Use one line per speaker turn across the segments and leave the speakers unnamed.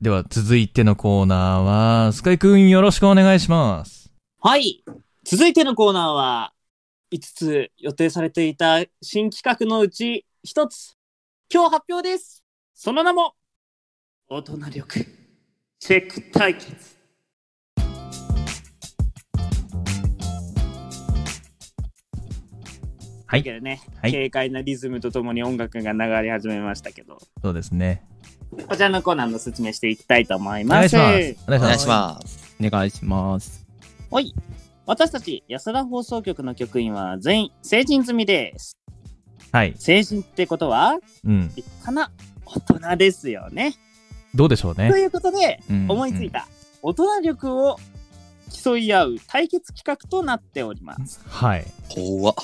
では続いてのコーナーは、スカイくんよろしくお願いします。
はい。続いてのコーナーは、5つ予定されていた新企画のうち1つ、今日発表です。その名も、大人力、チェック対決。
はい
というわけでね、
はい
軽快なリズムとともに音楽が流れ始めましたけど、
そうですね。
こちらのコーナーの説明していきたいと思い
お
ます。
願いします。お願
お願い
す
します。
お願いします。
はい。私たち安田放送局の局員は全員成人済みです。
はい。
成人ってことは
うん。
立派な大人ですよね。
どうでしょう
と
ね。
いうことで
うん
思いつい。た大人力を競い合う対決企画となっております。
うん はい。
怖っ。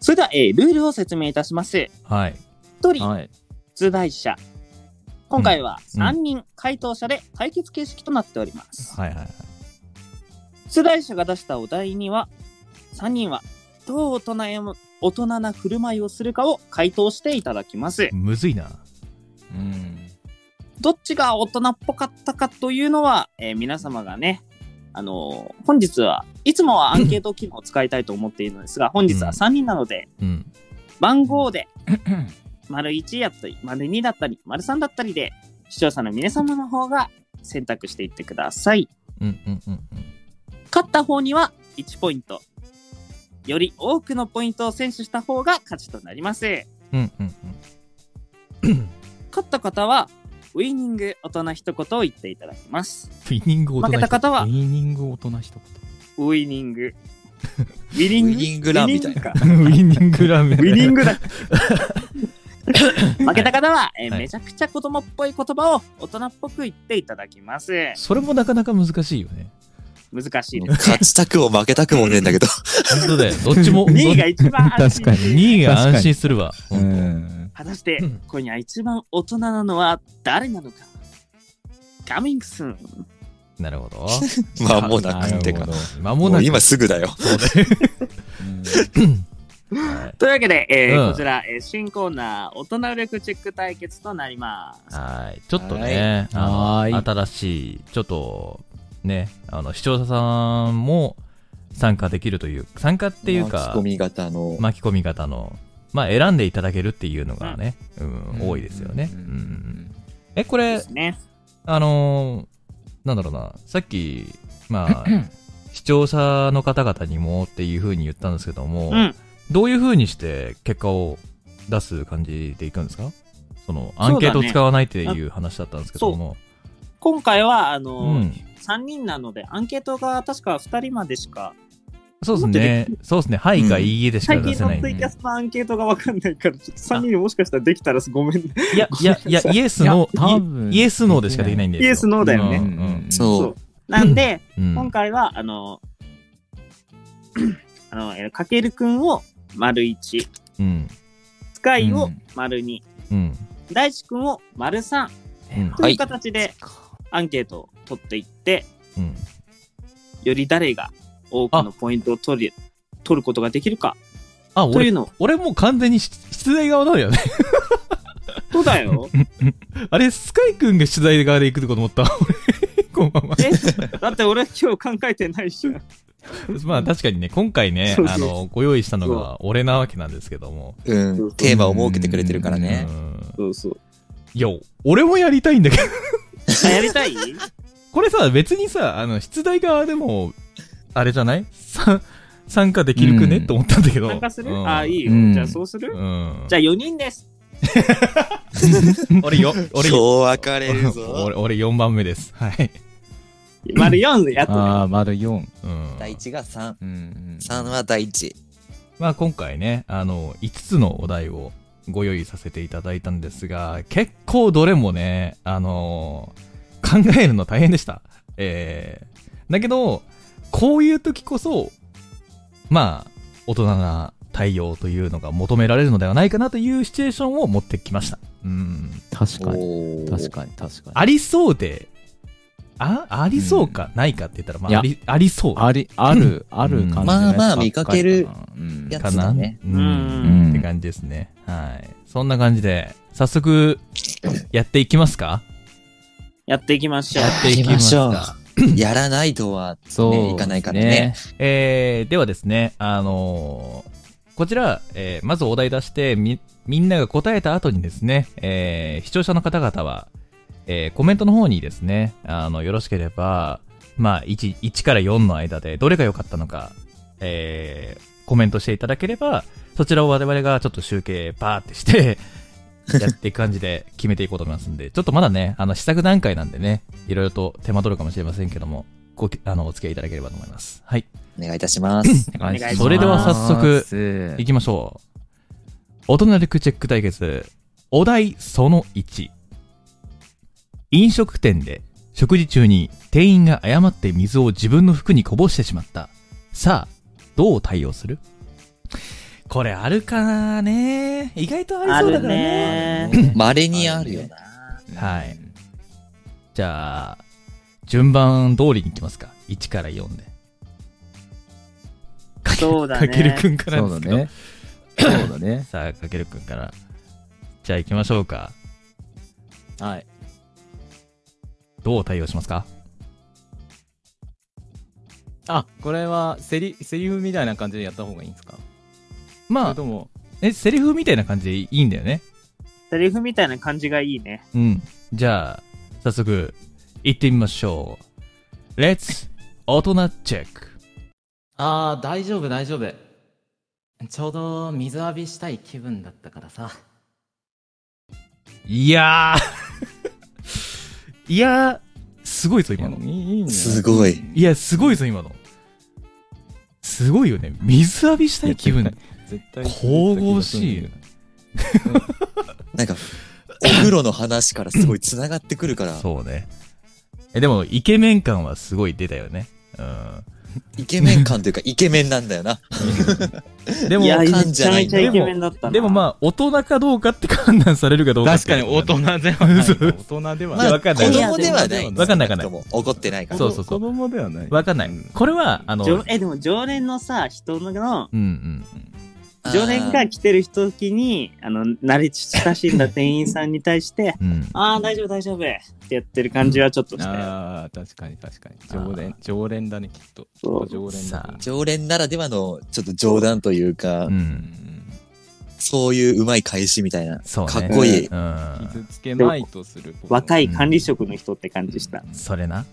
それでは、えールールを説明いたします。
はい。
1人
はい。
出題者。今回は
うん
3人回答者で対決形式となっております。
はいはいはい。
出題者が出したお題には3人はどう大人へも大人な振る舞いをするかを回答していただきます
むずいな。
うん。
どっちが大人っぽかったかというのは、えー皆様がねあのー本日はいつもはアンケート機能を使いたいと思っているのですが本日は3人なので
うん。
番号で丸1やったり丸2だったり丸3だったりで視聴者の皆様の方が選択していってください
うんうんうん
勝った方には1ポイント。より多くのポイントを選手した方が勝ちとなります。
うん。うんうんうん。
勝った方は、ウィニング大人一言を言っていただきます。
ウィニング大人
負けた方は
ウイニング大人一
ウィニング。ウィニング
ウィニングランみたいな
ウィニング
ウ
か
ィニングラーメン。
ウィニング だ。負けた方は、えー
はい
めちゃくちゃ子供っぽい言葉を大人っぽく言っていただきます。
それもなかなか難しいよね。
難しいです。
勝ちたくも負けたくもねえんだけど。
本当だよ。どっち も。
2位が一番安心
確かに
2位が安心するわ。
言。
本
ん。
果たして、
うん
今夜一番大人なのは誰なのか ?Coming soon!
当なるほ ど。
まあ、もうなくってか。
間も
も
な
う
く。
今すぐだよ。
そうだよ
というわけで、えー
うん
こちら、えー新コーナー、大人力チェック対決となります。
はい。ちょっとね、あの
はーい
新しい、ちょっと、ね、あの、視聴者さんも参加できるという、参加っていう
巻
か
き込、み型の。
巻き込み型の、まあ、選んでいただけるっていうのがね、うん、多いですよね。う
うんん
え、これ
で、すね。
あのーなんだろうな、さっき、まあ、視聴者の方々にもっていうふうに言ったんですけども、
うん。
どういうふうにして結果を出す感じでいくんですかその、アンケートを使わないっていう話だったんですけども。
今回は、あの
う
ー、
ん。
3人なので、アンケートが確か2人までしか、
そうですね。そうですね。はいかいいえでしか
最
出
近
せない
の
んで。
ツ
い
イキャスのアンケートがわかんないから、ちょっと3人もしかしたらできたらごめんね。
や、いや、いや、イエスノー、
分。
イエスノーでしかできないいんですよ。
イエスノーだよね
う
うんんうん。
そ。
そう
なんで、
うんうん
今回は、あのーあの、えーかけるくんを丸1、
うん。
スカイ
う
を
ん
丸2、
うん。
大地くんを丸3
うん
という形でアンケートを取っていって、
うん。
より誰が多くのポイントを取り、取ることができるか
あ、
という
俺、
の。
俺もう完全にし出題側なんだよね。
そうだよ。
あれ、スカイ君が出題側で行くとこと思った。俺、 このま ま。
えだって俺今日考えてないし。
まあ確かにね、今回ね
そう、そ
あ
うそう
の、ご用意したのが俺なわけなんですけども。
うん。テーマを設けてくれてるから
う
ね。
ん。
そうそう。
いや、俺もやりたいんだけど、
あやりたい
これさ、別にさ、あの、出題側でも、あれじゃないさ参加できるくね、
うん
と思ったんだけど。
参加する、
うん
あ、いいよ。
うん
じゃあそうする、
うん。
じゃあ4人です。
俺よ、俺よ。
そう分かれるぞ。
俺、俺4番目です。はい。
丸4やっとね。
ああ、丸四。
うん。
第1が3。
うん。
3は第1。
まあ今回ね、あの、5つのお題をご用意させていただいたんですが、結構どれもね、あのー考えるの大変でした。えー、だけど、こういう時こそ、まあ、大人な対応というのが求められるのではないかなというシチュエーションを持ってきました。うん。
確かに。
おー
確かに、確かに。
ありそうで、あ、ありそうか、ないかって言ったら、ま
い
あ、
や
あり、ありそう。
あり、ある、ある感じのやつばっかりだな。
まあまあ見かける
うん
やつ
かな
だね
うん
うん
って感じですね。はい。そんな感じで、早速、やっていきますか
やっていきましょう
や。っていきます
やりま
か。
やらないとは、
そうです、
ね行かないからね
えー、ではですね、あのーこちら、えーまずお題出してみ、みんなが答えた後にですね、えー視聴者の方々は、えーコメントの方にですね、あの、よろしければ、まあ、1、1から4の間でどれが良かったのか、えーコメントしていただければ、そちらを我々がちょっと集計パーってして、やっていく感じで決めていこうと思いますんで、ちょっとまだね、あの、試作段階なんでね、いろいろと手間取るかもしれませんけども、ごき、あの、お付き合いいただければと思います。はい。
お願いいたし ます。
お願いします
それでは
早
速
行きましょう。大人力チェック対決。お題その1。飲食店で食事中に店員が誤って水を自分の服にこぼしてしまった。さあ、どう対応するこれあるかなね意外とありそうだからね。
ね
稀にあるよな。
はい。じゃあ、順番通りに行きますか。1から4で。かけ
そうだね
かけるくんから
そ
で
うだ
すけど。
ね。そうだね。
さあ、かけるくんから。じゃあ行きましょうか。
はい。
どう対応しますか
あ、これはセリ、セリフみたいな感じでやった方がいいんですかそ
ま
れ
あ、
とも、
え、セリフみたいな感じでいいんだよね。
セリフみたいな感じがいいね。
うん。じゃあ、早速、行ってみましょう。Let's 大人チェック。
ああ、大丈夫、大丈夫。ちょうど水浴びしたい気分だったからさ。
いやー。 いやー、すごいぞ、今の
い。いいいんじゃない
すごい。
いや、すごいぞ、今の。すごいよね。水浴びしたい気分。
絶対。
神々しいね
なんか、お風呂の話からすごい繋がってくるから、
そうね。え、でも、イケメン感はすごい出たよね。う
イケメン感というか、イケメンなんだ よな。
ん。で
い
も、
や、め
感じ
ち
じゃ
ゃ
な
め
いん
ち
だ
ゃイケメンだったな。
でも
あ、
まあ、大人かどうかって判断されるかどうかって
確
こ
か
と
に
だよ
大
ね。
人では ない。
大人では
ま
い
な
わか
だ子
んない
供ではない。
わかんないわかんない
少くとも怒ってないか
い。
ら。
そうそうそう
子供ではない。
わかんない。
うん
これは、あの、
じ
う
ょ
ん
え、でも常連のさ、人の、
うん。
あー
常連が来てる時に、あの、慣れ親しんだ店員さんに対して、
うん。
ああ、大丈夫、大丈夫ってやってる感じはちょっとしたよ。
ああ、確かに確かに。常連、常連だね、きっと。
そう
常連だね。
常連ならではの、ちょっと冗談というか
う、。
うんん
そういううまい返しみたいな。
そうね。
かっ こいい
うん。
傷つけないとする。
若
い
い管理職の人って感じした。
それな。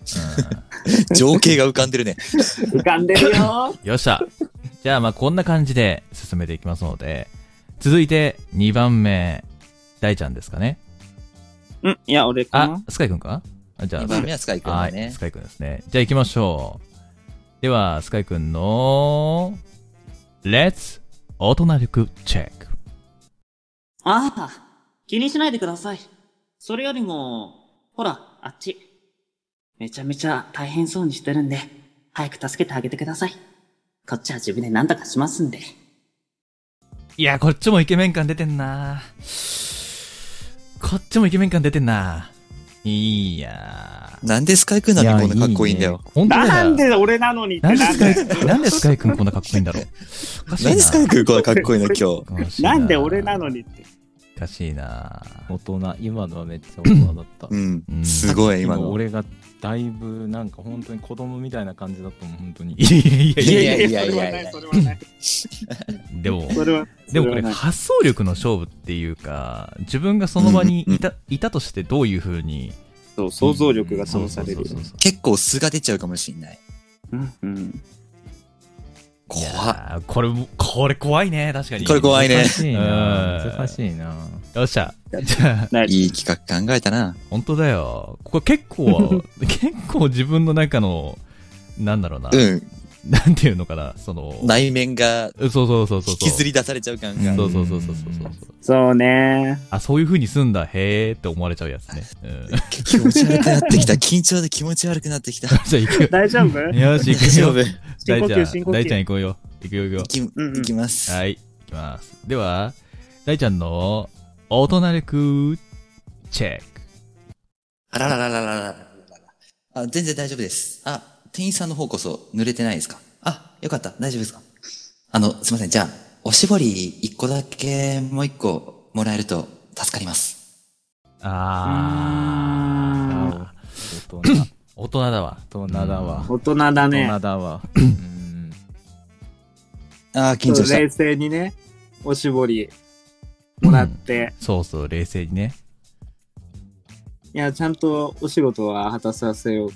情景が浮かんでるね。
浮かんでるよ
うん。よっしゃ。じゃあ、まあ、こんな感じで進めていきますので、続いて、2番目、大ちゃんですかね。
うん、いや、俺か
あ
な。、
スカイくんかあじゃあ、
2番目はスカイ君
は
だ
い、
ね
ス。カイくんですね。じゃあ行きましょう。では、スカイくんの、Let's 大人力チェック。
ああ、気にしないでください。それよりも、ほら、あっち。めちゃめちゃ大変そうにしてるんで、早く助けてあげてください。こっちは自分で何とかしますんで。
いや、こっちもイケメン感出てんなこっちもイケメン感出てんないや
なんでスカイ君なのにこんなかっこいいんだよ。
本当だよ
俺なのにっ
なんでスカイくん、なんでスカイくんこんなかっこいいんだろう。おかしいな。
なんでスカイ君こんなかっ こいいの今日。
おかしい
にって。
おかしいな
大人、今のはめっちゃ大人だった。
う
うん
ん。すごい、
今
今の。
俺がだいぶなんか本当に子供みたいな感じだったもん本当に
いやいやい
いやいやいやいやいや。
れはない。
や、でも、
れは。
でもこれ発想力の勝負っていうか自分がその場にいた,、いたとしてどういうふうに
そう、想像力が
そう
試
そ
さ
う
れ
そう
るよ
そ
ね。
う
結構素が出ちゃうかもしんない。
うんうん。
怖っ。
あーこれもこれ怖いね確かに
これ怖いね
難しいな
うん
難しいな
よっしゃじゃあ
いい企画考えたな。
本当だよこれ結 構結構自分の中のなんだろうな、
うん。
なんていうのかなその
内面が
そうそうそうそうそ
引
う
きずり出されちゃう感
そ
が。
うそうそうそうそうそう
そうね。
あそういうふうにすんだへえって思われちゃうやつね、うん、 じゃ
気持ち悪くなってきた。緊張で気持ち悪くなってきた。
あ行くよ
大丈夫
よし
大
行
丈夫。
くよ 大
深呼
い
ちゃ
吸、深
ん
呼
大ちゃん
吸。
行こうよ行くよ行くよ
き
うん
いきます。
はい、いきます。では、大ちゃんの大人力チェック。
あららららららららあ、全然大丈夫です。あ、店員さんの方こそ濡れてないですかあ、よかった。大丈夫ですかあの、すいません。じゃあ、おしぼり一個だけもう一個もらえると助かります。
あ
あー大 人
ー、大人だわ。
大人だわ。
大人だ
大
ね
人。だわ。うん
ああ、緊張した。
冷静にね、おしぼりもらって、
そうそう、冷静にね。
いや、ちゃんとお仕事は果たさせよう。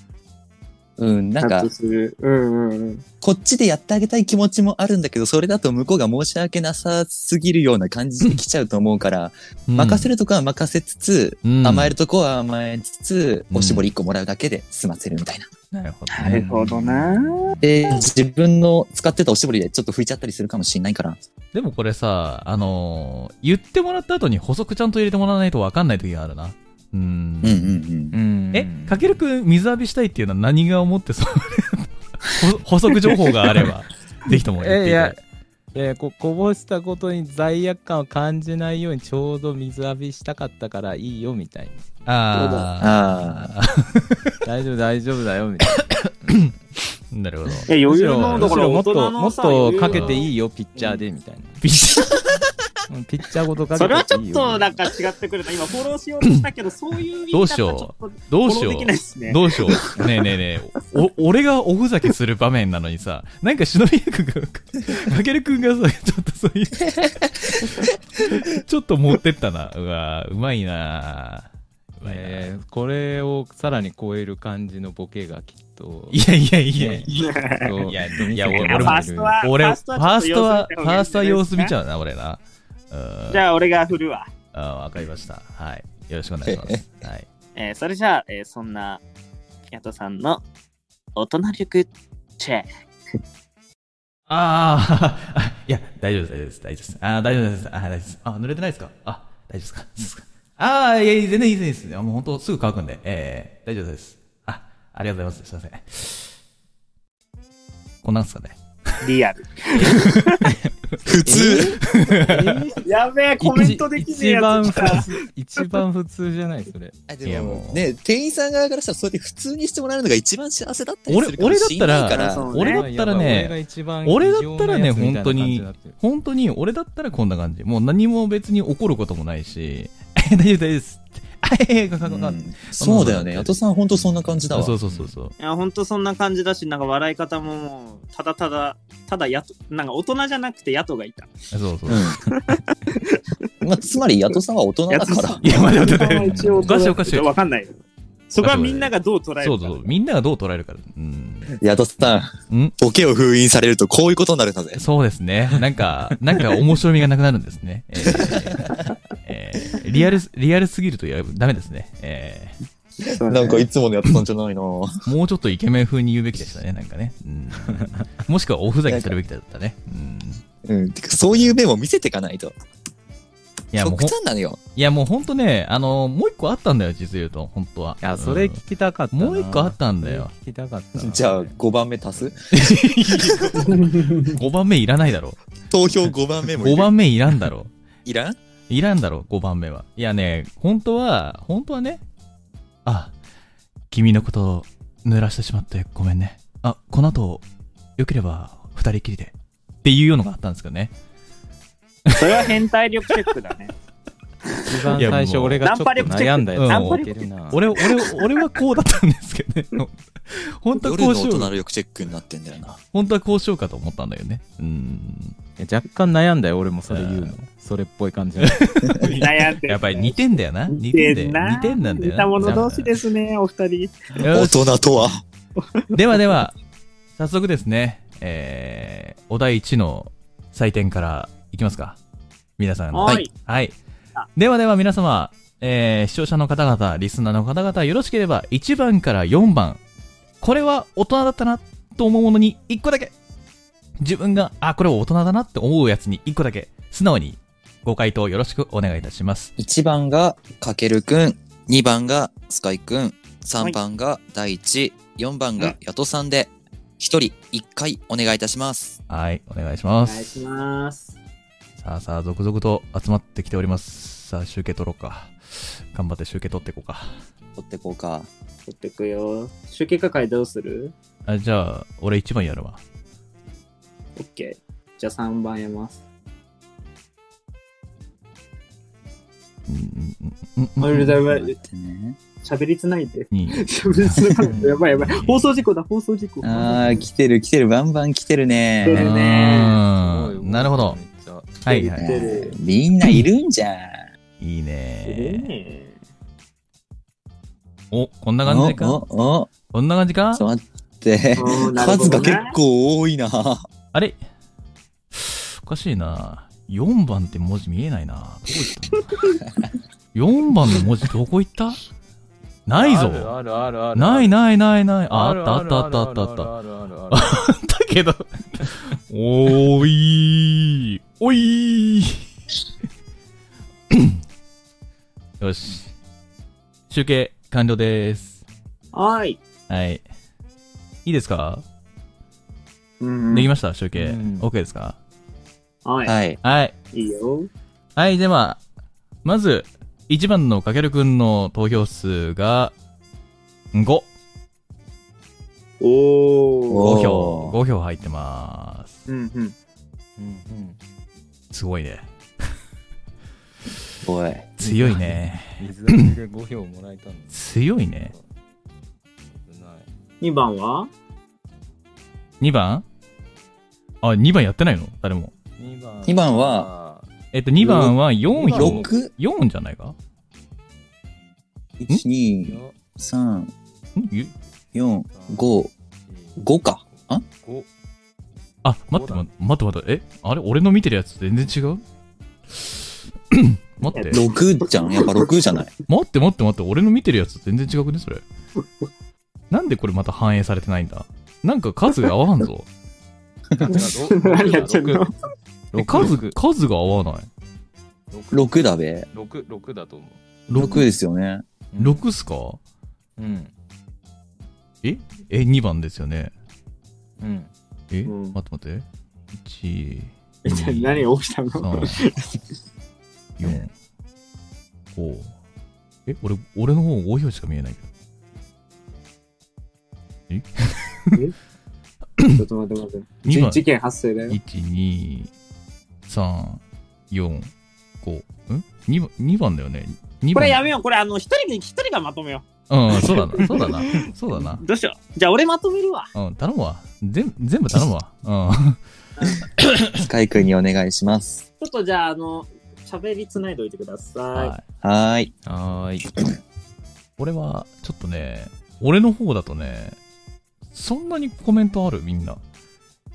うん、なんか
ちゃ、とする。うんうんうん。
こっちでやってあげたい気持ちもあるんだけど、それだと向こうが申し訳なさすぎるような感じで来ちゃうと思うから、任せ
る、
るとこは任せつつ、
うん
甘えるとこは甘えつつ、
うん
おしぼり1個もらうだけで済ませるみたいな。
なるほど、
なるほどな。
で、自分の使ってたおしぼりでちょっと拭いちゃったりするかもしれないから。
でもこれさ、あのー言ってもらった後に補足ちゃんと入れてもらわないと分かんない時があるな。うん
うんう。ん
うん
え、かけるくん水浴びしたいっていうのは何が思ってそう補補足情報があれば、ぜひとも言ってい ただいて。
いやここぼしたことに罪悪感を感じないようにちょうど水浴びしたかったからいいよみたい
うん。
あ
ああ。
な大丈夫大丈夫だよみたいな
あ、なるほ ど。
え、余裕の、
む
だ
し
から
ろも
大
っ
人
と
の
もっ
さ
とかけて
い。
いいよピッチャーでみたいな、
ビシッ
うんピッチャーごとかけて
そ
いい
れ
よ
はちょっとなんか違ってくるな。今フォローしようとしたけど、そういう言い方はちょっと
どう
フォ
し
ロ
よ
ーできないっ
う。
すね。
どうしよう。ねえねえねえ。お、俺がおふざけする場面なのにさ、なんか忍び役が、かけるくんがさ、ちょっとそういう、ちょっと持ってったな。うわうまいなうまいな、
えーこれをさらに超える感じのボケがきっと
いやいやいや、
ね
ね
そう
いや
見せて
いや俺
くれ
も
る
ファーストは、
俺、フ
フ
ァ
ァ
ー
ー
ス
ス
ト
ト
は
は、
ファーストは様子見ち
ゃう
ゃうな、俺な。うん
んじゃあ俺が振るわ。
あわかりました。はい。よろしくお願いします。はい。
えーそれじゃあ、えーそんな、ヤトさんの、大人力チェック。
ああ、 いや、大丈夫です、大丈夫です。あー大丈夫です。あー大丈夫です。あ、濡れてないですかあ、大丈夫ですかそうですかああ、いや、全然いいです。いいですもう本当すぐ乾くんで、えー、大丈夫です。あ、ありがとうございます。すいません。こんなんですかね。
リアル。
普通
やべえ、コメントできねえ
一
や
番
つ来た。
普通一番普通じゃないそれ
あ
い
で
や
も
もう
ね、店員さん側からしたらそうやって普通にしてもらえるのが一番幸せだったり
俺
するかもしれない
俺だ
か
ったら
ら。
そうね
俺だったらね
俺が、一番
俺だったらね
異常なやつみたいな感じになってる
本当に俺だったらこんな感じ。もう何も別に怒ることもないし、 大丈夫大丈夫です。 あいやいやかかかか
うんそうだよね。ヤトさん本当そんな感じだわ。
そうそうそうそう。
いや、ほんとそんな感じだし、なんか笑い方ももう、ただただ、ただやと、なんか大人じゃなくて野党がいた。
そうそう。
うん。ま あ、つまり、ヤトさんは大人だ
ヤ
か
ト
ら
さ。
いや、待って待って待って。
一応
おかしい
大人
おかしい。
わかんないよ。そこはみんながどう捉えるか。
そうそう。みんながどう捉えるか。うん。
ヤトさん、
ん
ボケを封印されるとこういうことになるんだぜ。
そうですね。なんか、なんか面白みがなくなるんですね。えーえーリアル、リアルすぎるとやダメですね。え
そうね
なんかいつものヤトさんじゃない
ー
な
もうちょっとイケメン風に言うべきでしたね。なんかね。うん、もしくはおふざけするべきだったね。うん。
うん。てかそういう面を見せていかないと。
いや、もう
極
ほん、い
端なのよ。
や、もうほんとね、あの、もう一個あったんだよ、実言うと、本当は。
いやそれ
うん
聞きたかったな、
もう一個あったんだよ
それ聞きたかったな
じゃあ、5番目足す
5番目いらないだろ。
投票5番目もい
5
る
番目いらんだろ。
いらん
いらんだろ、5番目は。いやね、本当は、本当はね、あ、君のことを濡らしてしまってごめんね。あ、この後、よければ、二人きりで。っていうようのがあったんですけどね。
それは変態力チェックだ ね。
一番最
いや
初
もう
俺がちょっと悩んだやつ
ナン
パ
ボ
リ
ケるな
俺、俺、俺はこうだったんですけど ね。本当は
夜の
こう
大
しよ
人
う。
の力チェックになってんだよな。
本当はこうしようかと思ったんだよね。うー ん。
若干悩んだよ俺もそれ言う
う
の
ん
それっぽい感じの
悩んでる
やっぱり似てんだよな。似てんだよ。似てんなんだよ
似
な。
た者同士ですね、お二人。
よ
大
し
人とは。
ではでは、早速ですね、えー、お題1の採点からいきますか。皆さんの。
はい
はい
あ。
ではでは皆様、えー、視聴者の方々、リスナーの方々、よろしければ1番から4番、これは大人だったなと思うものに1個だけ、自分が、あ、これは大人だなって思うやつに1個だけ、素直にご回答よろしくお願いいたします。
1番がかけるくん、2番がスカイくん、3番が大地、4番
う
が
ん
ヤトさんで、1人1回お願いいたします。
はい、お願いし
お
ま
願い
す
し。ます。
さあさあ、続々と集まってきております。さあ、集計取ろうか。頑張って集計取っていこうか。
取ってこうか。
取ってくよ。集計係どうする
あじゃあ、俺一番やるわ。
オッケー。じゃあ3番やます。あれだやば
待
い
ってね。
喋りつないで。
に
喋りつながった やばいやばい。放送事故だ、放送事故。
あー、来てる来てる、バンバン来てる
来て
ね。
るね。
うんなるほど
めっちゃ
はいは
来
い
てる。
みんないるんじゃん。
いい
すごい
ね
ね
おこんな感じか
お、お、お
こんな感じか
ちょっと待って。
おーなるほ
数
ど
が
ね
結構多いな。
あれおかしいな4番って文字見えないなどこ行ったの4番の文字どこ行ったないぞ
あるあるあるある
ないないないない。あ、
あ
あっ
る
たあ
あ
っ
る
たあ
あ
っ
る
た
あ
あったあった。
るあるあるあるある
だけど、おーいー、おいー。よし。集計完了です。
はい。
はい。いいですか、
うん
できました集計。
うん
OK ですか
は
はい。
はい。
い。いいよ。
はい、では、まず、1番のかけるくんの投票数が、5。
おー。
5
お
票。
ー
5票入ってます。
うんうん。
うんうん
すごいね。
おい。
強いね。
水だけで5票もらえたんです
強いね。
ない
2番は
2番あ、2番やってないの誰も。
二番
二番は
えっと、2番は4
二番
票。
6、
4じゃないか
1、
いや
2、3、
んゆ
4、5、5か。ん
五
あ、待って、
そうだ
待って、待って、えあれ俺の見てるやつ全然違 う待って、
6じゃん。やっぱ6じゃない。
待って、待って、待って、俺の見てるやつ全然違くねそれ。 なんでこれまた反映されてないんだなんか数が合わんぞ。
何やってんの
え数、数が合わない。
6だべ。
六六だと思
6
6、
ですよね。
う
6っすか
うん
ええ、2番ですよね。
うん
え、
うん
待って待って。1、
えじゃあ何が起きたの
四五え俺俺の方5票しか見えないけど
ちょっと待って待って。
2番
事件発生だよ。
12345ん2番 ?2 番だよね2番
これやめよう。これ、あの、一人に一人がまとめよ
うんそうだなそうだなそうだ
う。どうしよう。じゃあ、俺まとめるわ。
なうん頼むわ全全部頼むわ
スカイ君にお願いします。
ちょっとじゃあ、あの、喋りつないでおいてくださ
う
い。
んはい
はーい。
はーい。俺は、ちょっとね、俺の方だとね、そんなにコメントあるみんな。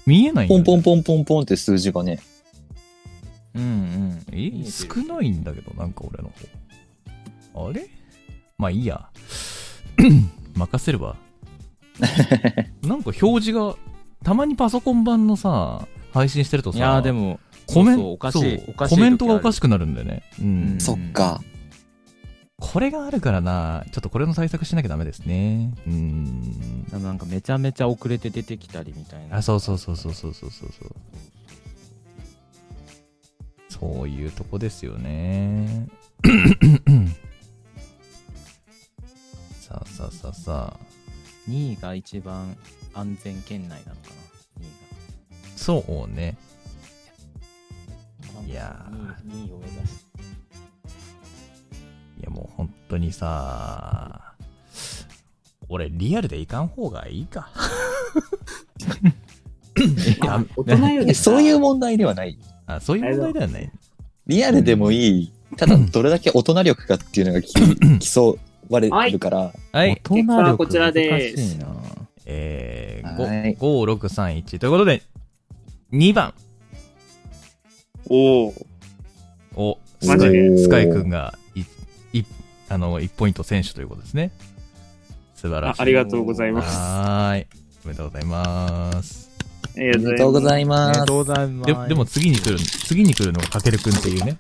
見えないんだ
ポ
よ
ン
ね
ポンポンポンポンって数字がね。
うんうん
え少ないんだけど、なんか俺の方。あれまあいいや。 任せれ ば。なんか表示が、たまにパソコン版のさ、配信してるとさ、
いやーでも
コメン
そうそうおかしい
そう
おかし
コ
い時ある
メントがおかしくなるんだよね。うん
うん
そっか。
これがあるからな、ちょっとこれの対策しなきゃダメですね。うん。
なんかめちゃめちゃ遅れて出てきたりみたいな
あ、そうそうそうそうそうそうそうそう。そういうとこですよね。さあさあさあさあ。
2位が一番安全圏内なのかな
そうね。
2位が
いや
2位を目指して
いやもう本当にさ、俺リアルでいかん方がいいか。 え
ま
ダ
あ
メ
大人よりさ
そういう問題ではない。
あそういう問題だよね。
リアルでもいい。ただ、どれだけ大人力かっていうの がき競われるから。
はい。
大人力
結果はこちらです
難しいな
えー、
はい
5、5、6、3、1。ということで、2番。
おお。
お、
マジで
おー
スカイ君がいいあの1ポイント選手ということですね。素晴ら
あ
しい。
ありがとうございます。
はーい。おめでとうございます。
あ
お
り
めでとうござい
あ
ま
りが
す
とう。ございます
ででも次に来る、次に来るのがかけるくんっていうね。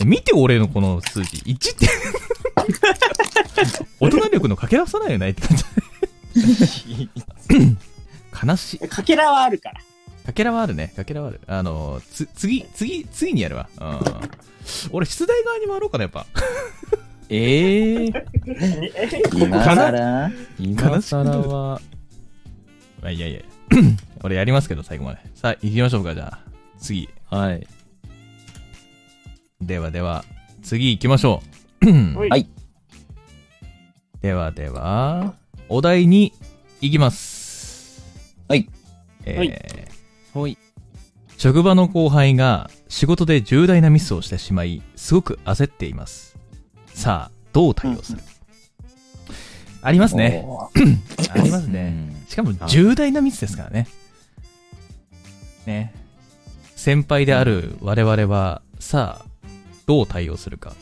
え見て俺のこの数字。1って。大人力のかけらさないよねって感じ。悲しい。
かけらはあるから。
かけらはあるね。かけらはある。あの、つ、次、次、次にやるわ。うん。俺、出題側に回ろうかな、やっぱ。
え え
今更
今更は
あいやい や俺やりますけど、最後まで。さあ、行きましょうか、じゃあ。次。
はい
ではでは、次行きましょう。
はい
はい
ではでは、お題に行きます。
はい。
えー
は
ほい。
職場の後輩が仕事で重大なミスをしてしまい、すごく焦っています。さあ、どう対応する、ありますね。
お
ありますね。しかも重大なミスですからね。ね。先輩である我々は、さあ、どう対応するか。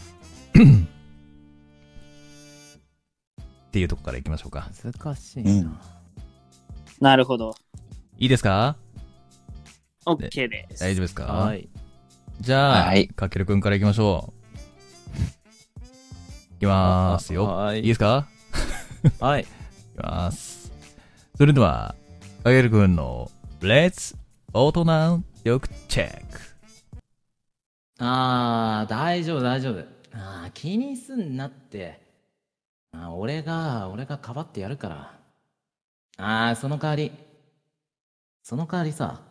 っていうとこからいきましょうか。
難しいな、
なるほど。
いいですか
OK です。
大丈夫ですか
はい
じゃあ、
はい
かけるくんからいきましょう。いきまーすよ。
はいい。
いですか
はい。
いきます。それでは、かけるくんの、レッツ大人力チェック。
ああ大丈夫大丈夫ああ気にすんなってあー俺が俺がかばってやるからああその代わりその代わりさ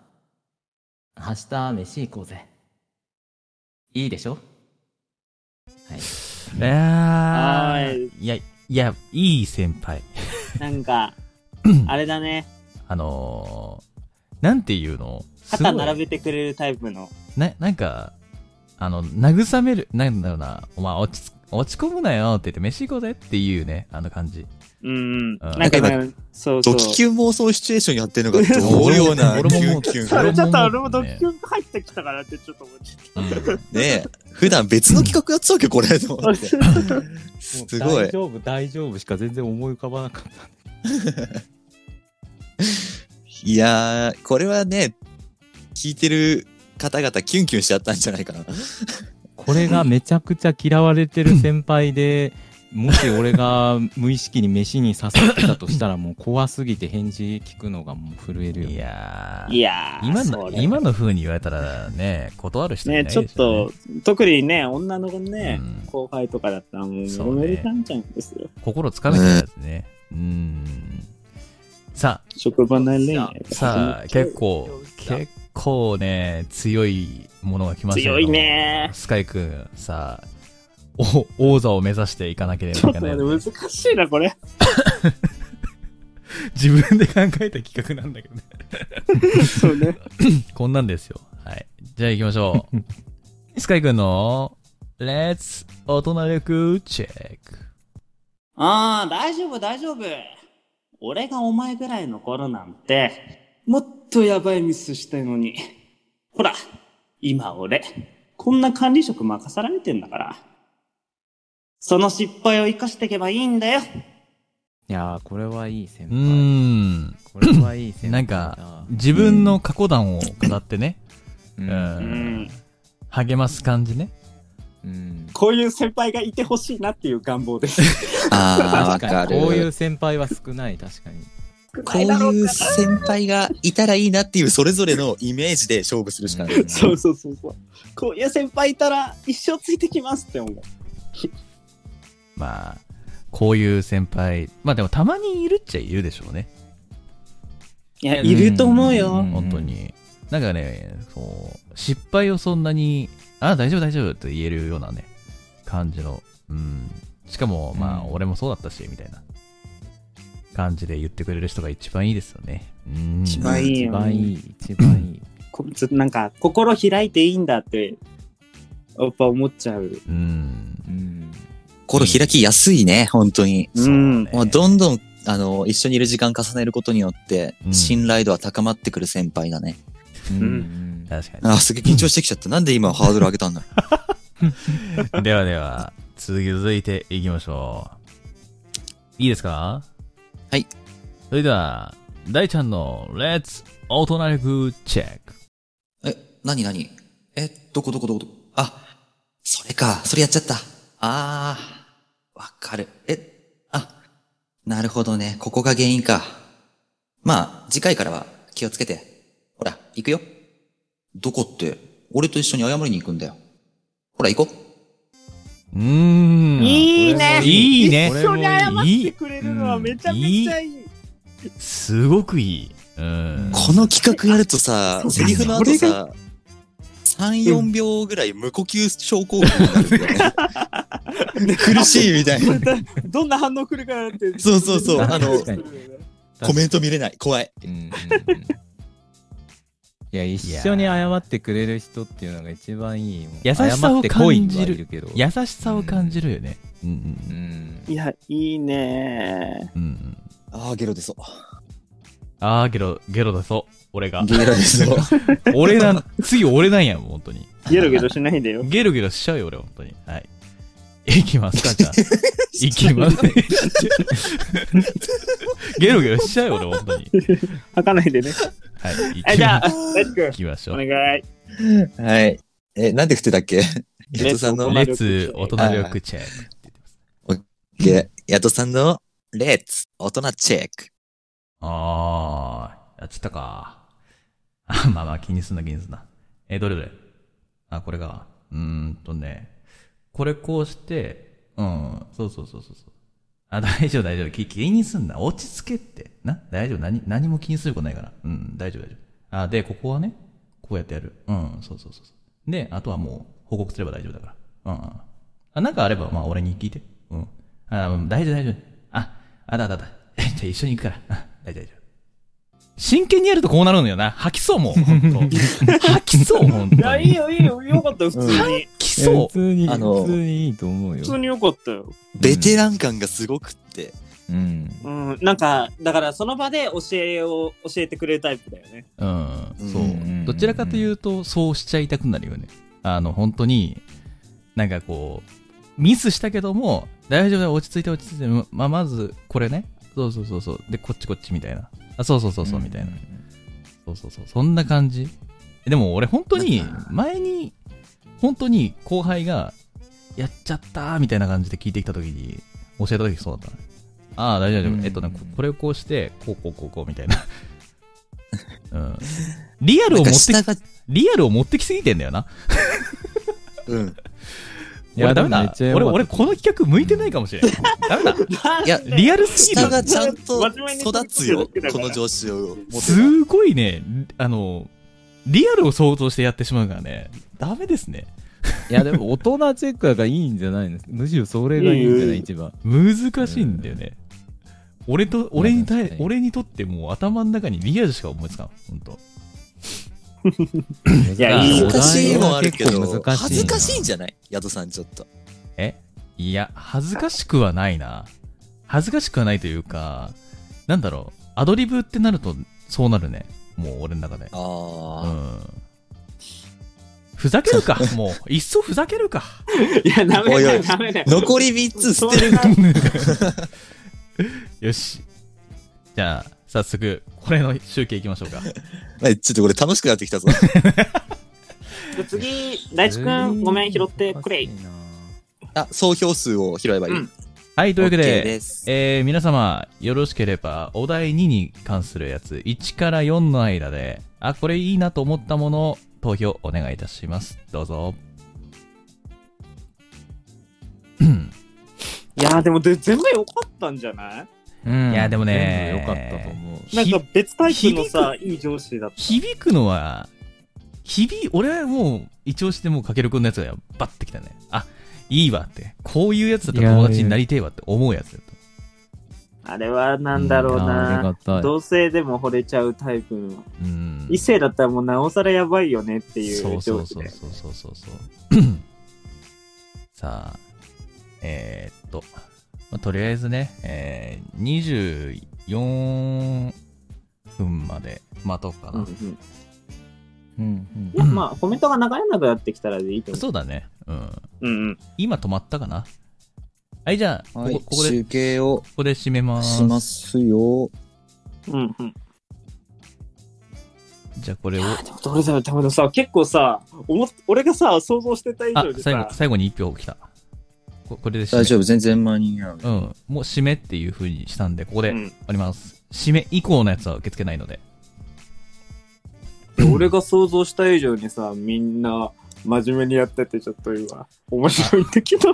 明日飯行こうぜいいでしょはい
いやー
はい
いや、いや、いい先輩。
なんか、 あれだね。
あのー、なんていうのすご
肩
い
並べてくれるタイプの。
な、なんか、あの、慰める、なんだろうな、お前落ち着、落ち込むなよって言って、飯行こうぜっていうね、あの感じ。
うん。
あー
なんか
なんか
ね、そうそ
ド
う。
キキュン妄想シチュエーションやってるのかと思うよう なキ
俺も
ュンキュ
俺も
ン。
れちょっと俺もドキキュ
ン入ってきたからってちょっと思っち
うん
ねえ普段別の企画やってたわけこれ、と思 って。す
もう
ごい
大。丈夫、大丈夫しか全然思い浮かばなかった。
いやー、これはね、聞いてる方々キュンキュンしちゃったんじゃないかな。
これがめちゃくちゃ嫌われてる先輩で、もし俺が無意識に飯に刺さってたとしたら、もう怖すぎて返事聞くのがもう震えるよ
い。やー
いやー、
今
そ
の、
れ
今の風に言われたらね、断る人いない
ね、
でし
ち
ょ
ょっと、特にね、女の子ね、
うん
後輩とかだったらもう、
そう
ロ
ね
メルタンちゃんですよ。
心つかめてないですね。うん。さあ、
職場内恋愛。
さあ、結構、結構ね、強いものが来ましたけど
強いね
スカイくん、さあ、お王座を目指していかなければ
ちょ
い
っ
け
と
ない
待って、難しいな、これ。
自分で考えた企画なんだけどね。
そうね。
こんなんですよ。はい。じゃあ行きましょ う。スカイくんの、レッツ大人力チェック。
ああ、大丈夫、大丈夫。俺がお前ぐらいの頃なんて、もっとやばいミスしたのに。ほら、今俺、こんな管理職任さられてんだから。その失敗を生かしていけばいいんだよ。
いやー、これはいい先
うー
輩。
ん。
これはいい先輩だ。
なんか、自分の過去談を語ってね、
う、
うんん。励ます感じね。
うん。
こういう先輩がいてほしいなっていう願望です。
あー、わ
確
か
か
る。
に、こういう先輩は少ない、確かに。
こういう先輩がいたらいいなっていうそれぞれのイメージで勝負するしかない。
そうそうそうそう。こういう先輩いたら一生ついてきますって思う。
まあ、こういう先輩。まあでもたまにいるっちゃいるでしょうね。
いや、いると思う
う
よ
ん。
本当に。なんかね、そう、失敗をそんなに、あ、大丈夫大丈夫って言えるようなね、感じの、うん。しかも、まあ、
うん
俺もそうだったし、みたいな感じで言ってくれる人が一番いいですよね。うん。
一番いい
一
よ。
番いい、一番いい。
こずなんか心開いていいんだってやっぱ思っちゃう。
うん。
うん。
心開きやすいね、本当に。
うん。
もうどんどん、あの、一緒にいる時間重ねることによって
う、ん
信頼度は高まってくる先輩だね。
うん。
確かに。
あー、すげえ緊張してきちゃった。なんで今ハードル上げたんだろ う
ではでは、続いていきましょう。いいですか
はい。
それでは、大ちゃんの、レッツ大人力チェック。
え、なになにえ、どこどこどこどこあ、それか。それやっちゃった。あー、わかる。え、あ、なるほどね。ここが原因か。まあ、次回からは気をつけて。ほら、行くよ。どこって、俺と一緒に謝りに行くんだよ。ほら、行こ
う
う。
ーん。
いいね
いいね。
一緒に謝って
い
くれるのはめちゃめちゃいい。
い。すごくいい。うん。
この企画やるとさ、セリフの後さ、
3、4秒ぐらい無呼吸症候群になるんだよね。苦しいみたいな。
どんな反応来るかなって。
そうそう そう
あの
確かに
コメント見れない。怖い。
うんうんうん いや一緒に謝ってくれる人っていうのが一番いいよ
優しさを
謝ってこい
感じる
はいけど
優しさを感じるよね。うんうん
うん
いや、いいね
うんうん。
ああ、ゲロ出そう。
あー、ゲロ、ゲロ出そう。俺が。
ゲロ出そう。
俺なん、次俺なんやもん、本当に。
ゲロゲロしないでよ。
ゲロゲロしちゃうよ、俺、本当に。はい。いきます、かん ちゃん。いきます。 ゲロゲロしちゃうよ、俺、本当に。
吐かないでね。
はい。い
え、
き
じゃあ、
ま
大地君
行、きましょ
お
う。
願
レ
い。
はい。え、なんで振ってたっけヤトさんの、
レ
オ
ッ
ッツ、大人力チェックって言ってます。
ッケーヤトさんの、レッツ、大人チェック。
あー、やっちゃったか。あまあまあ、気にすんな、気にすんな。え、どれどれあ、これか。うーんとね。これこうして、うん、そうそうそうそうそう。あ、大丈夫、大丈夫。気気にすんな。落ち着けって。な、大丈夫。何、何も気にすることないから。うん、大丈夫、大丈夫。あ、で、ここはね、こうやってやる。うん、そうそうそうそう。で、あとはもう、報告すれば大丈夫だから。うんうん。あ、なんかあれば、まあ、俺に聞いて。うん。あ、うん大丈夫、大丈夫。あ、あだあだあだ。 じゃあ一緒に行くから。あ大丈夫、大丈夫。真剣にやるとこうなるのよな。吐きそうもん。ほんと吐きそう、ほんと
い
に。
や、いいよ、いいよ。よかったよ、普通に。
吐き
いや
そ
普通に
あの
普通にいいと思うよ
普通によかったよ。
ベテラン感がすごくって。
うん
うん、なんか、だからその場で教えを教えてくれるタイプだよね。
う。うん、そう。
ん
どちらかというと、そうしちゃいたくなるよね。あの、本当に、なんかこう、ミスしたけども、大丈夫だよ、落ち着いて落ち着いて、ままあ、まず、これね。そうそうそうそう。で、こっちこっちみたいな。あ、そうそうそうそう、みたいな。そうそうそう。そんな感じ。でも俺、本当に、前に、本当に後輩が、やっちゃったーみたいな感じで聞いてきたときに、教えたときそうだったね。ああ、大丈夫、大丈
う
夫。
ん
えっとね、ここれをこうして、こうこうこうこうみたいな。うん。リアルを持って
なん
き、
か下が、
リアルを持ってきすぎてんだよな。
うん。
いや
俺ダメ
でもめ
だ
っ。ちゃ
俺、
良かった
俺、この企画向いてないかもしれない。ダメだ。
いや
リアルすぎ
下
る。
がちゃんと
真面目に
育つよ。
育てるだけ
こ
だから
の上司を持ってたら。
すごいね、あの、リアルを想像してやってしまうからね、ダメですね。
いやでも大人チェックがいいんじゃないのむしろそれがいいんじゃない一番
難しいんだよね。俺と、俺に
まあ
対
確かに
俺にとってもう頭の中にリアルしか思いつかん。ほんと。
いやいいよ
難しいもあるけ
お題
ど、
は結構難しいな
恥ずかしいんじゃないヤトさんちょっと。
いや、恥ずかしくはないな。恥ずかしくはないというか、なんだろう、アドリブってなるとそうなるね。もう俺の中で。う
ああ。
ん。ふざけるか。もう、いっそふざけるか。
いや、ダメ
おい
だ
お
よ、
い
ダメだよ。
残り3つ捨てる。
る
よし。じゃあ、早速、これの集計いきましょうか。
はいちょっとこれ楽しくなってき たぞ。
次、大地君、ごめん、拾ってくれい。
あ、総票数を拾えばいい。
うん
はい、というわけ
OK
で、
す
えー皆様、よろしければ、お題2に関するやつ、1から4の間で、あ、これいいなと思ったものを投票お願いいたします。どう ぞ。
いや、でもで全部良かったんじゃない
うん
いやでもね
全部良かったと思う
なんか
ひ
別タイプのさ、いい上司だった。
響くのは、響、俺はもう、一押しでもうかけるくんのやつが、バッてきたね。あ、いいわって。こういうやつだったら友達になりてえわって思うやつだった。
あれはなんだろう
いやあり
な。
がたい
同性でも惚れちゃうタイプの。
うん。
異性だったらもうなおさらやばいよねってい
そううそ
上
う
司
そう
で。
そうそうそうそうさあえーっと、まあ、とりあえずね、えー、24分まで待とうか
う
な、
ん
うん
うんまあ、コメントが流れなくなってきたらでいいと思
そうだねうん
う。うんうん。
今止まったかなはいじゃあ、
はい
ここここでこ
集計を
こで締めます
しますよ。
うんうん。
じゃあこれを
あでもどれだろうでもさ、結構さ、思っ俺がさ、想像してた以
あ
上で
最
さ
後、最後に1票来たここれで締め
大丈夫、全然間に合う。
うんもう締めっていう風にしたんでここで
う
終
ん
わります、締め以降のやつは受け付けないので
で俺が想像した以上にさ、みんな真面目にやってて、ちょっと今、面白いんだけど。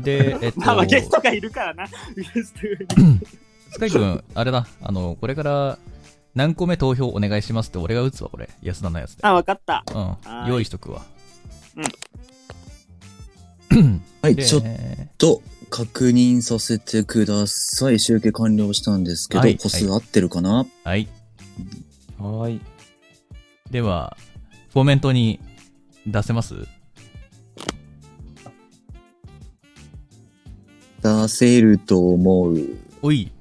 で、えっと、
まあまあ、ゲストがいるからな。ゲストがいる
スカイ君、あれだ、あの、これから、何個目投票お願いしますって俺が打つわ、これ。安田のやつで。
あ、わかった。
うん。
ーい
用意しとくわ。
はい、
で
ちょっと確認させてください。集計完了したんですけど、
はい
個数合ってるかな、
はい。
はーい。
では、コメントに出せます
出せると思う。
おい。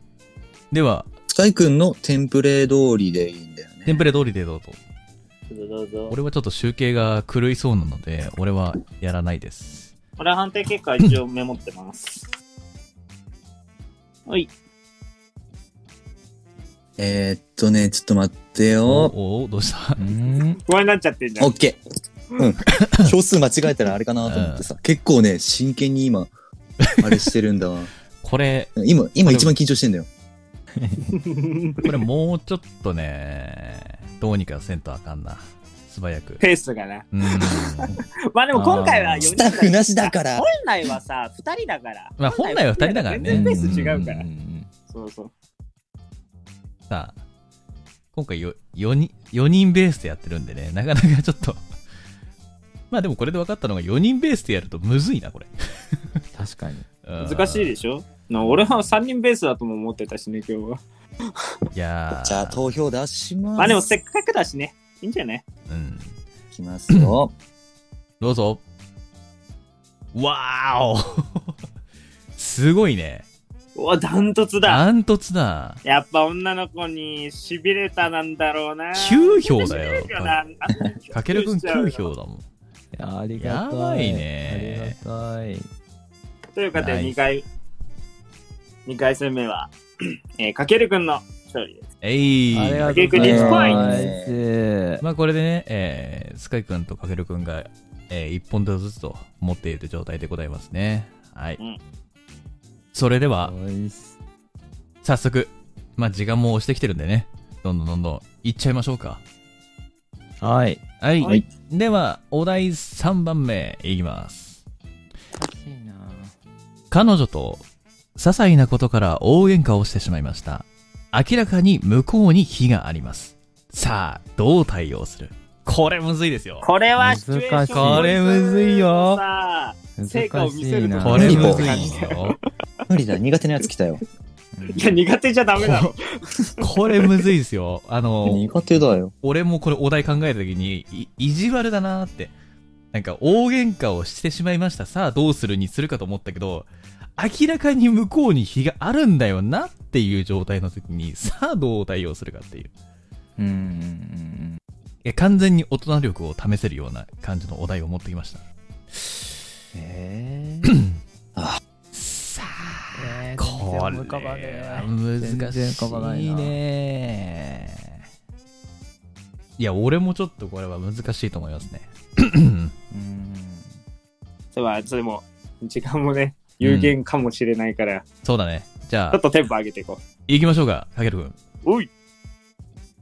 では、
スカイくんのテンプレ通りでいいんだよね。
テンプレ通りでどうぞ。
どうぞどうぞ。
俺はちょっと集計が狂いそうなので、俺はやらないです。
俺は判定結果一応メモってます。はい。
えー、っとね、ちょっと待ってよ。
おおどうした
うん。
不安になっちゃってんじゃ
オ
ん
ッ。ケー。うん。 票数間違えたらあれかなと思ってさ。結構ね、真剣に今、あれしてるんだわ。
これ、
今、今一番緊張してんだよ。
これもうちょっとね、どうにかせんとあかんな。素早く。
ペースがな。
うーん。
まあでも今回は4人
スタッフなしだから
本。来はさ、2人だから。
まあ本来は二人だからね
全然ペース違うから
ん。ん
そうそう。
さあ、今回よ4人、4人ベースでやってるんでね、なかなかちょっと。 まあでもこれで分かったのが4人ベースでやるとむずいな、これ。
うん確かに。
難しい
い。
でしょな俺は3人ベースだとも思ってたしね、今日は。
いやー
じゃあ投票出します。
まあでもせっかくだしね。いいんじゃない
うん。
いきますよ。
どうぞ。わーお すごいね。
お、ダントツだ。
ダントツだ。
やっぱ女の子にしびれたなんだろうな。
9票だよ
痺れるよな
かけるくん9票。だもん。
いやありがたい。
やばいね
ありがたい。
ということ
ナ
で、
イス
2回、2回戦目は、 えーかけるくんの勝利です。
えい。
ありがとうございます。
結局2ポイント
まあこれでね、えースカイくんとかけるくんが、え1本ずつと持っている状態でございますね。はい。
うん
それでは、
ナイス
早速、まあ時間も押してきてるんでね、どんどんどんどん行っちゃいましょうか。
はい。
はい。
はい
では、お題3番目いきます。
いいな
彼女と些細なことから大喧嘩をしてしまいました明らかに向こうに非がありますさあどう対応するこれむずいですよ
これはシチュエーション
難しい
を
これむずいよ
さあ成果を
難
見せる
しい
と
な。
これむずいよ
無理だ、苦手なやつ来たよ。
いや、苦手じゃダメだろ。
これむずいですよあの
苦手だよ。
俺もこれお題考えた時にい意地悪だなーってなんか大喧嘩をしてしまいましたさあどうするにするかと思ったけど明らかに向こうに非があるんだよなっていう状態の時にさあどう対応するかっていう
うんうんうん
え完全に大人力を試せるような感じのお題を持ってきました。
えー
さ
えー
あ、これ
全然浮かばねえ
は
全
難
然浮かばな
し
い
い
な
ね。いや、俺もちょっとこれは難しいと思いますね。
うん
では、でも、時間もね、有限かもしれないから、
そうだね。じゃ
ちょっ
あ、
とテンポ上げていこ
行きましょうか、かけるくん。
う。おい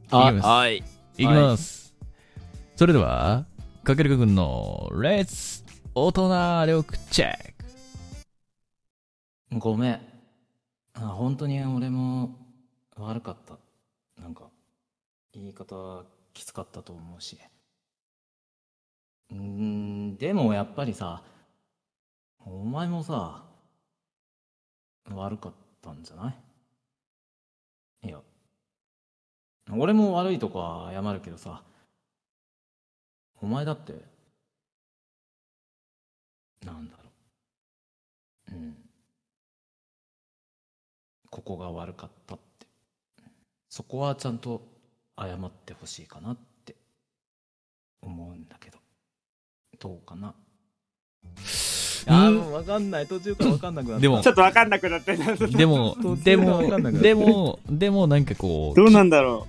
あ
はい。
行きます。それでは、かけるくんの、レッツ大人力チェック。
ごめん。あ本当に俺も悪かった。なんか、言い方きつかったと思うし。うーん、でもやっぱりさ、お前もさ、悪かったんじゃないいや、俺も悪いとこは謝るけどさ、お前だって、なんだろう。うん。ここが悪かったってそこはちゃんと謝ってほしいかなって思うんだけどどうかな
あーもうわかんない。途中からわかんなくなった。
でも
ちょっとわかんなくなってた。
でも
途、中
で
で
も
わかんな、くなる
でも、でもなんかこう、
どうなんだろ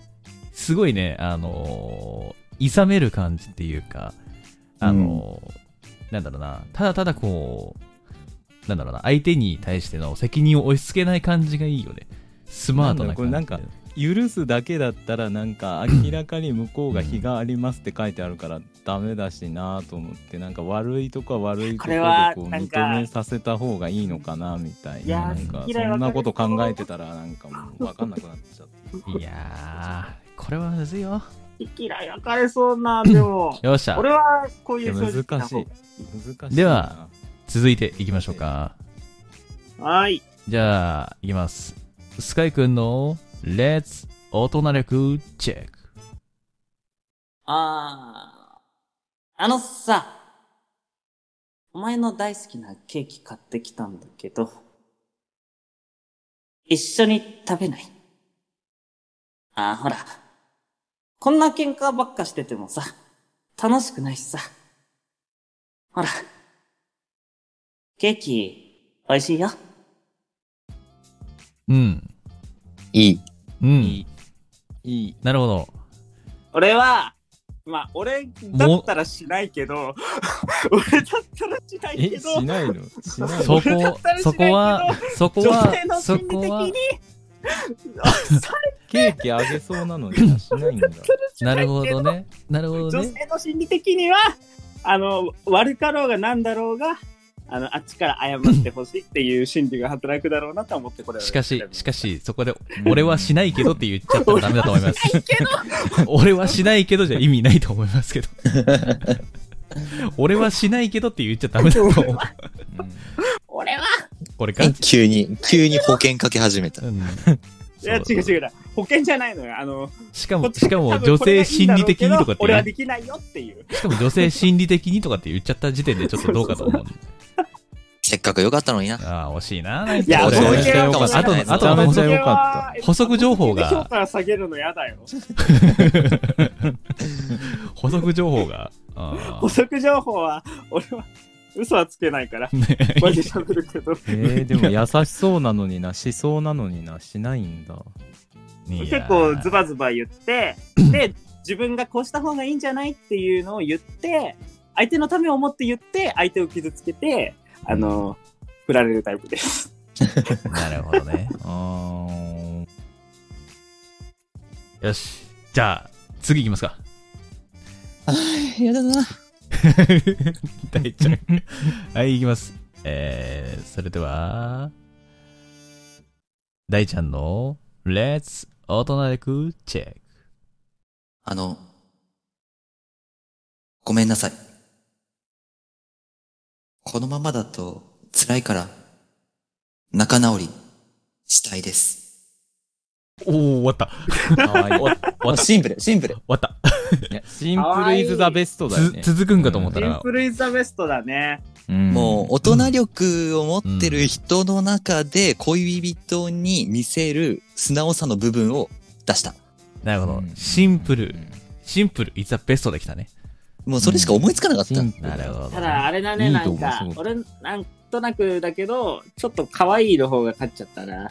すごいね、あのー、いさめる感じっていうか、あのーなんだろうな、ただただこう、なんだろうな、相手に対しての責任を押し付けない感じがいいよね。スマートな感じ。
なんだろうこ許すだけだったらなんか明らかに向こうが日がありますって書いてあるからダメだしなと思ってなんか悪いとこは悪いとこ
これ
で
は
こう
なんか
認めさせた方がいいのかなみたい
いや
な
ー
なんか
嫌いわ
そん
かる
なこと考えてたらなんかもう分かんなくなっちゃって
いやこれはむずいよ。。
嫌い焼かれそうな、でも
よっしゃ。
俺はこう
い
い
や
う
難しい
正直な
難
方
しい
では続いていきましょうか。
はい。
じゃあ、いきます。スカイくんの、レッツ大人力チェック。
あー、あのさ、お前の大好きなケーキ買ってきたんだけど、一緒に食べないあー、ほら、こんな喧嘩ばっかしててもさ、楽しくないしさ。ほら、ケーキ、美味しいよ。
うん。
いい。
うん。
いい
なるほど。
俺は、まあ、俺だったらしないけど、 俺だったらしない
え
けど、
しないのしない
そ
の
俺だ
こ
ったら、しな
そ
いけ
こ
ど
は、そこ
女性の
は、そ
心理的
こは
に、、
ケーキあげそうなの にしないんだ
なるほどね。なるほど
女
ね。
性の心理的には、あの、悪かろうがなんだろうが、あの、あっちから謝ってほしいっていう心理が働くだろうなとは思ってこれは
しかし、しかし、そこで、俺はしないけどって言っちゃったら ダメだと思います。俺はしないけどじゃ意味ないと思います けど。俺はしないけどって言っちゃダメだと思う。
俺は、
これ か。
急に、急に保険かけ始めた。
うん
いや、違う
そう
違うだ。保険じゃないのよ。あの、
しか
こっ
も、
ち
しかも
多分
女
これが
性
いい
心理
んだろうけ
的
ど
にとかって
俺は
言
できないよっていう。
う、しかも女性心理的にとかって言っちゃった時点でちょっとどうかと思 う。
せっかく良かったのにな。
ああ、惜しいな。
いや
これ
そういう系は
あとの、あ
めち
と
ゃ
の
め
補
ちゃ
足、
良か
った
補足情報が
評価下げるのやだよ。
補足情報が。あ
補足情報は、俺は、嘘はつけないから、
ー
マジで喋るけど。
えー、でも優しそうなのになしそうなのになしないんだ
いや
結構ズバズバ言って、で、自分がこうした方がいいんじゃないっていうのを言って、相手のためを思って言って、相手を傷つけて、あの、振られるタイプです。
なるほどね。
あー
よし。じゃあ、次いきます か。
やだな。
大ちゃん。はい、いきます。えー、それでは、大ちゃんの、レッツ大人力チェック。
あの、ごめんなさい。このままだと辛いから、仲直りしたいです。
おー、終わった。
かわい
終わっ
い
た。終わっ
あ
た。終
シンプル、シンプル。
わった。
いやシンプルイズザベストだよね
つ続くんかと思った
シン
ら、
プルイズザベストだね。
うん
もう、大人力を持ってる人の中で、恋人に見せる素直さの部分を出した。
なるほど
う。ん
シンプ
う
ル
ん。
シンプル。いつはベストできたね。
もう、それしか思いつかなかった
シ。ンプル
なるほど
た。だ、あれだね、
いい
な
と
ん
思う
か
すご、く
俺、なんとなくだけど、ちょっと可愛いの方が勝っちゃったな。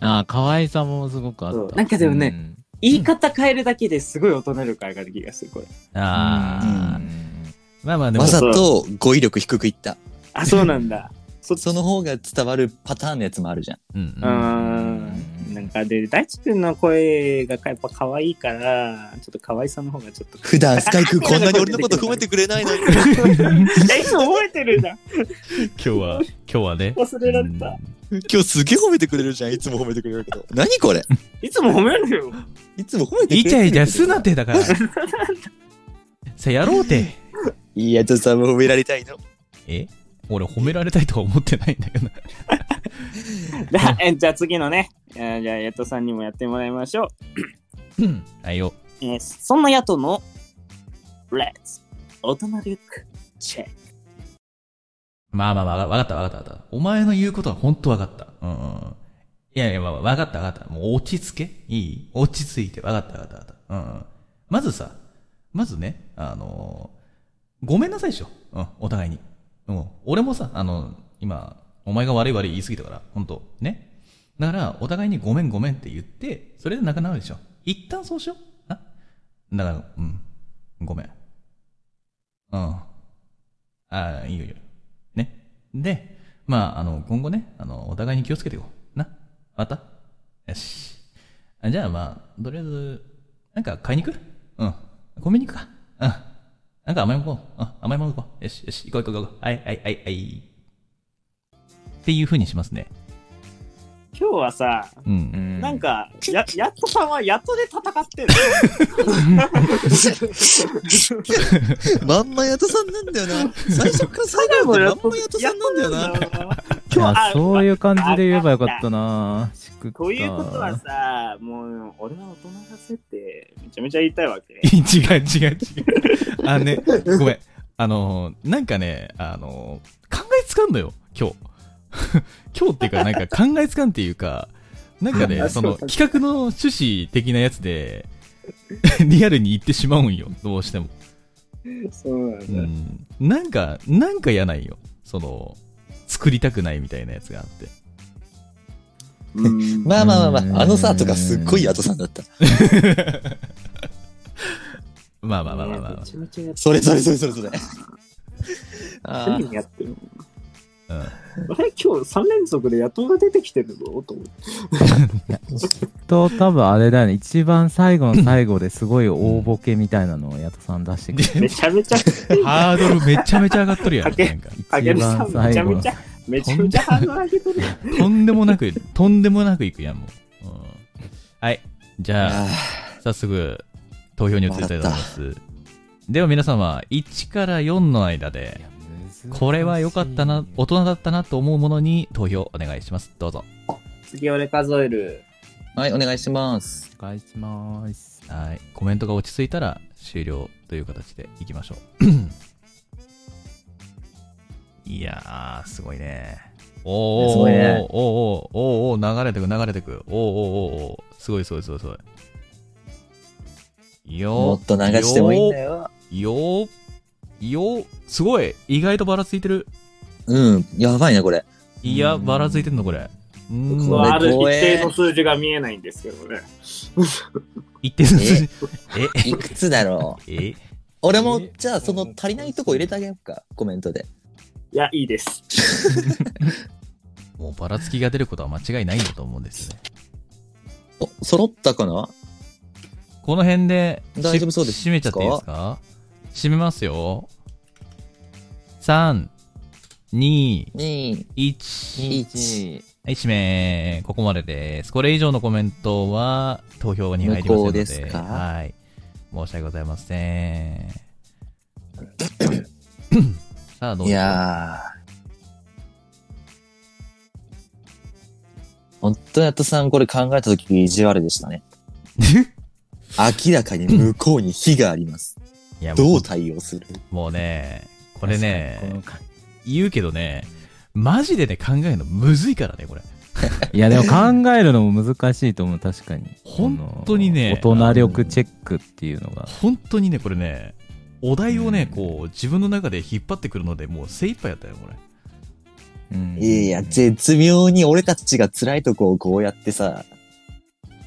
ああ可愛さもすごくあ
そう
った
なんかでもね
うん
言い方変えるだけですごい大人力上がる気がする、これ。
あ
うん
ー。まあまあ、でも
わ、ざと語彙力低くいった。
あ、そうなん だ。そっち
その方が伝わるパターンのやつもあるじゃん。
うん
うーんなんかで、大地君の声がやっぱ可愛いから、ちょっと可愛さの方が ちょっと。
普段スカイ君こんなに俺のこと褒めてくれないのに。
え、いつも覚えてるじゃん。
今日は、今日はね。
忘れられた。
今日すげえ褒めてくれるじゃん。いつも褒めてくれるけど。何これ
いつも褒めるよ。
いつも褒めてくれる。
イチャイチャすなっ。てだから。さあ、やろうて。
いや、ちょっとさんも褒められたいの。
え俺褒められたいとは思ってないんだけどな。
だえじゃあ次のね、えーじゃあ、ヤトさんにもやってもらいましょう。
はいよ。
えーそんなヤトの、レッツ、大人リュック、チェック。
まあまあまあ、わかったわかったわかった。お前の言うことは本当わかった。うんうん。いやいや、まあわかったわかった。もう落ち着け。いい落ち着いて。わかったわかったわかった。うんうん。まずさ、まずね、あのーごめんなさいでしょ。うん、お互いに。うん。俺もさ、あの、今、お前が悪い悪い言い過ぎたから、本当ね。だから、お互いにごめんごめんって言って、それで仲直りでしょ。一旦そうしよう。な。だから、うん。ごめん。うん。ああ、いいよいいよ。ね。で、まあ、あの、今後ね、あの、お互いに気をつけていこう。な。またよし。あじゃあまあ、とりあえず、なんか買いに行くうん。コンビニ行くか。うん。なんか甘いもん行こう。うん。甘いもん行こう。よし、よし。行こう行こう行こう。はい、はい、はい、はい。っていう風にしますね。
今日はさ、
うん。
なんか、 や、やっとさんはやっとで戦ってる。
まんまやとさんなんだよな。最初から最後までまんまやとさんなんだよな。
い
今日
や
あ
そういう感じで言えばよかったなしくった
ということはさ、もう、俺は大人だせって、めちゃめちゃ言いたいわけ。
違う違う違う。あ のね、ごめん。あの、なんかね、あの、考えつかんのよ、今日。 今日っていうか、なんか考えつかんっていうか、なんかね、
あ
その
そうそう
企画の趣旨的なやつで、 リアルに言ってしまうんよ、どうしても。
そうなんだ
うん。なんか、なんかやないよ。その、作りたくないみたいなやつがあって。
うん
まあまあまあまあ、あのさとかすっごいやとさんだった。
まあまあまあまあまあ
めちゃめちゃやってる
それそれそれそれそれ。あ
何やってるの
まあ。うん
あれ今日3連続で野党が出てきてるぞと思って。
と多分あれだよね一番最後の最後ですごい大ボケみたいなのを矢田さん出して く
めちゃ めちゃ、
ハードルめちゃめちゃ上がっとるやろ。なんか
あげるさん
一番
めちゃ
最後
めちゃ、めちゃめちゃ反応上げてるやん。
とんでもなく、とんでもなくいくやん、もう。うんはい。じゃあ、早速、投票に移りたいと思います。では皆様、1から4の間で、これは良かったな、大人だったなと思うものに投票お願いします。どうぞ。
次俺数える。
はい、お願いします。
お願いします
はい。コメントが落ち着いたら終了という形でいきましょう。いやー、すごいね。おー
す
お
ご
ー、
いね
おーおーおーおー流れてく流れてく。おーおーおーおーすごいすごいすごいすごい。よー
もっと流してもいいんだ
よ
よ。
ー。よーよーすごい意外とばらついてる。
うん、やばいね、これ。
いや、ばらついてんのこれ。うーん
僕はある一
これ
定の数字が見えないんですけどね。
一定の数字。
いくつだろう。
え、え、
俺も、じゃあ、その足りないとこ入れてあげようか、コメントで。
いや、いいです。
もうばらつきが出ることは間違いないんだと思うんですよね。
お、揃ったかな
この辺で、
大丈夫そうです
し閉めちゃっていいですか閉めますよ。3、2、
?2、
1。
1。
はい、閉めここまでです。これ以上のコメントは投票に入りませんので。
無効ですか
はい。申し訳ございませ ん。さあ、どう
い
ぞ。
やー。本当やっとさん、これ考えたとき意地悪でしたね。明らかに向こうに火があります。
いや
ど
も
う対応する
うもうね、これ
この
ね、
感
言うけどね、マジでね、考えるのむずいからね、これ。
じいやでも考えるのも難しいと思う確かに
本当にね
この大人力チェックっていうのが
本当にね、これね、お題をね、
うん
こう、自分の中で引っ張ってくるので、もう精一杯やったよ、これ。
うん
いやいや、絶妙に俺たちが辛いとこをこうやってさ、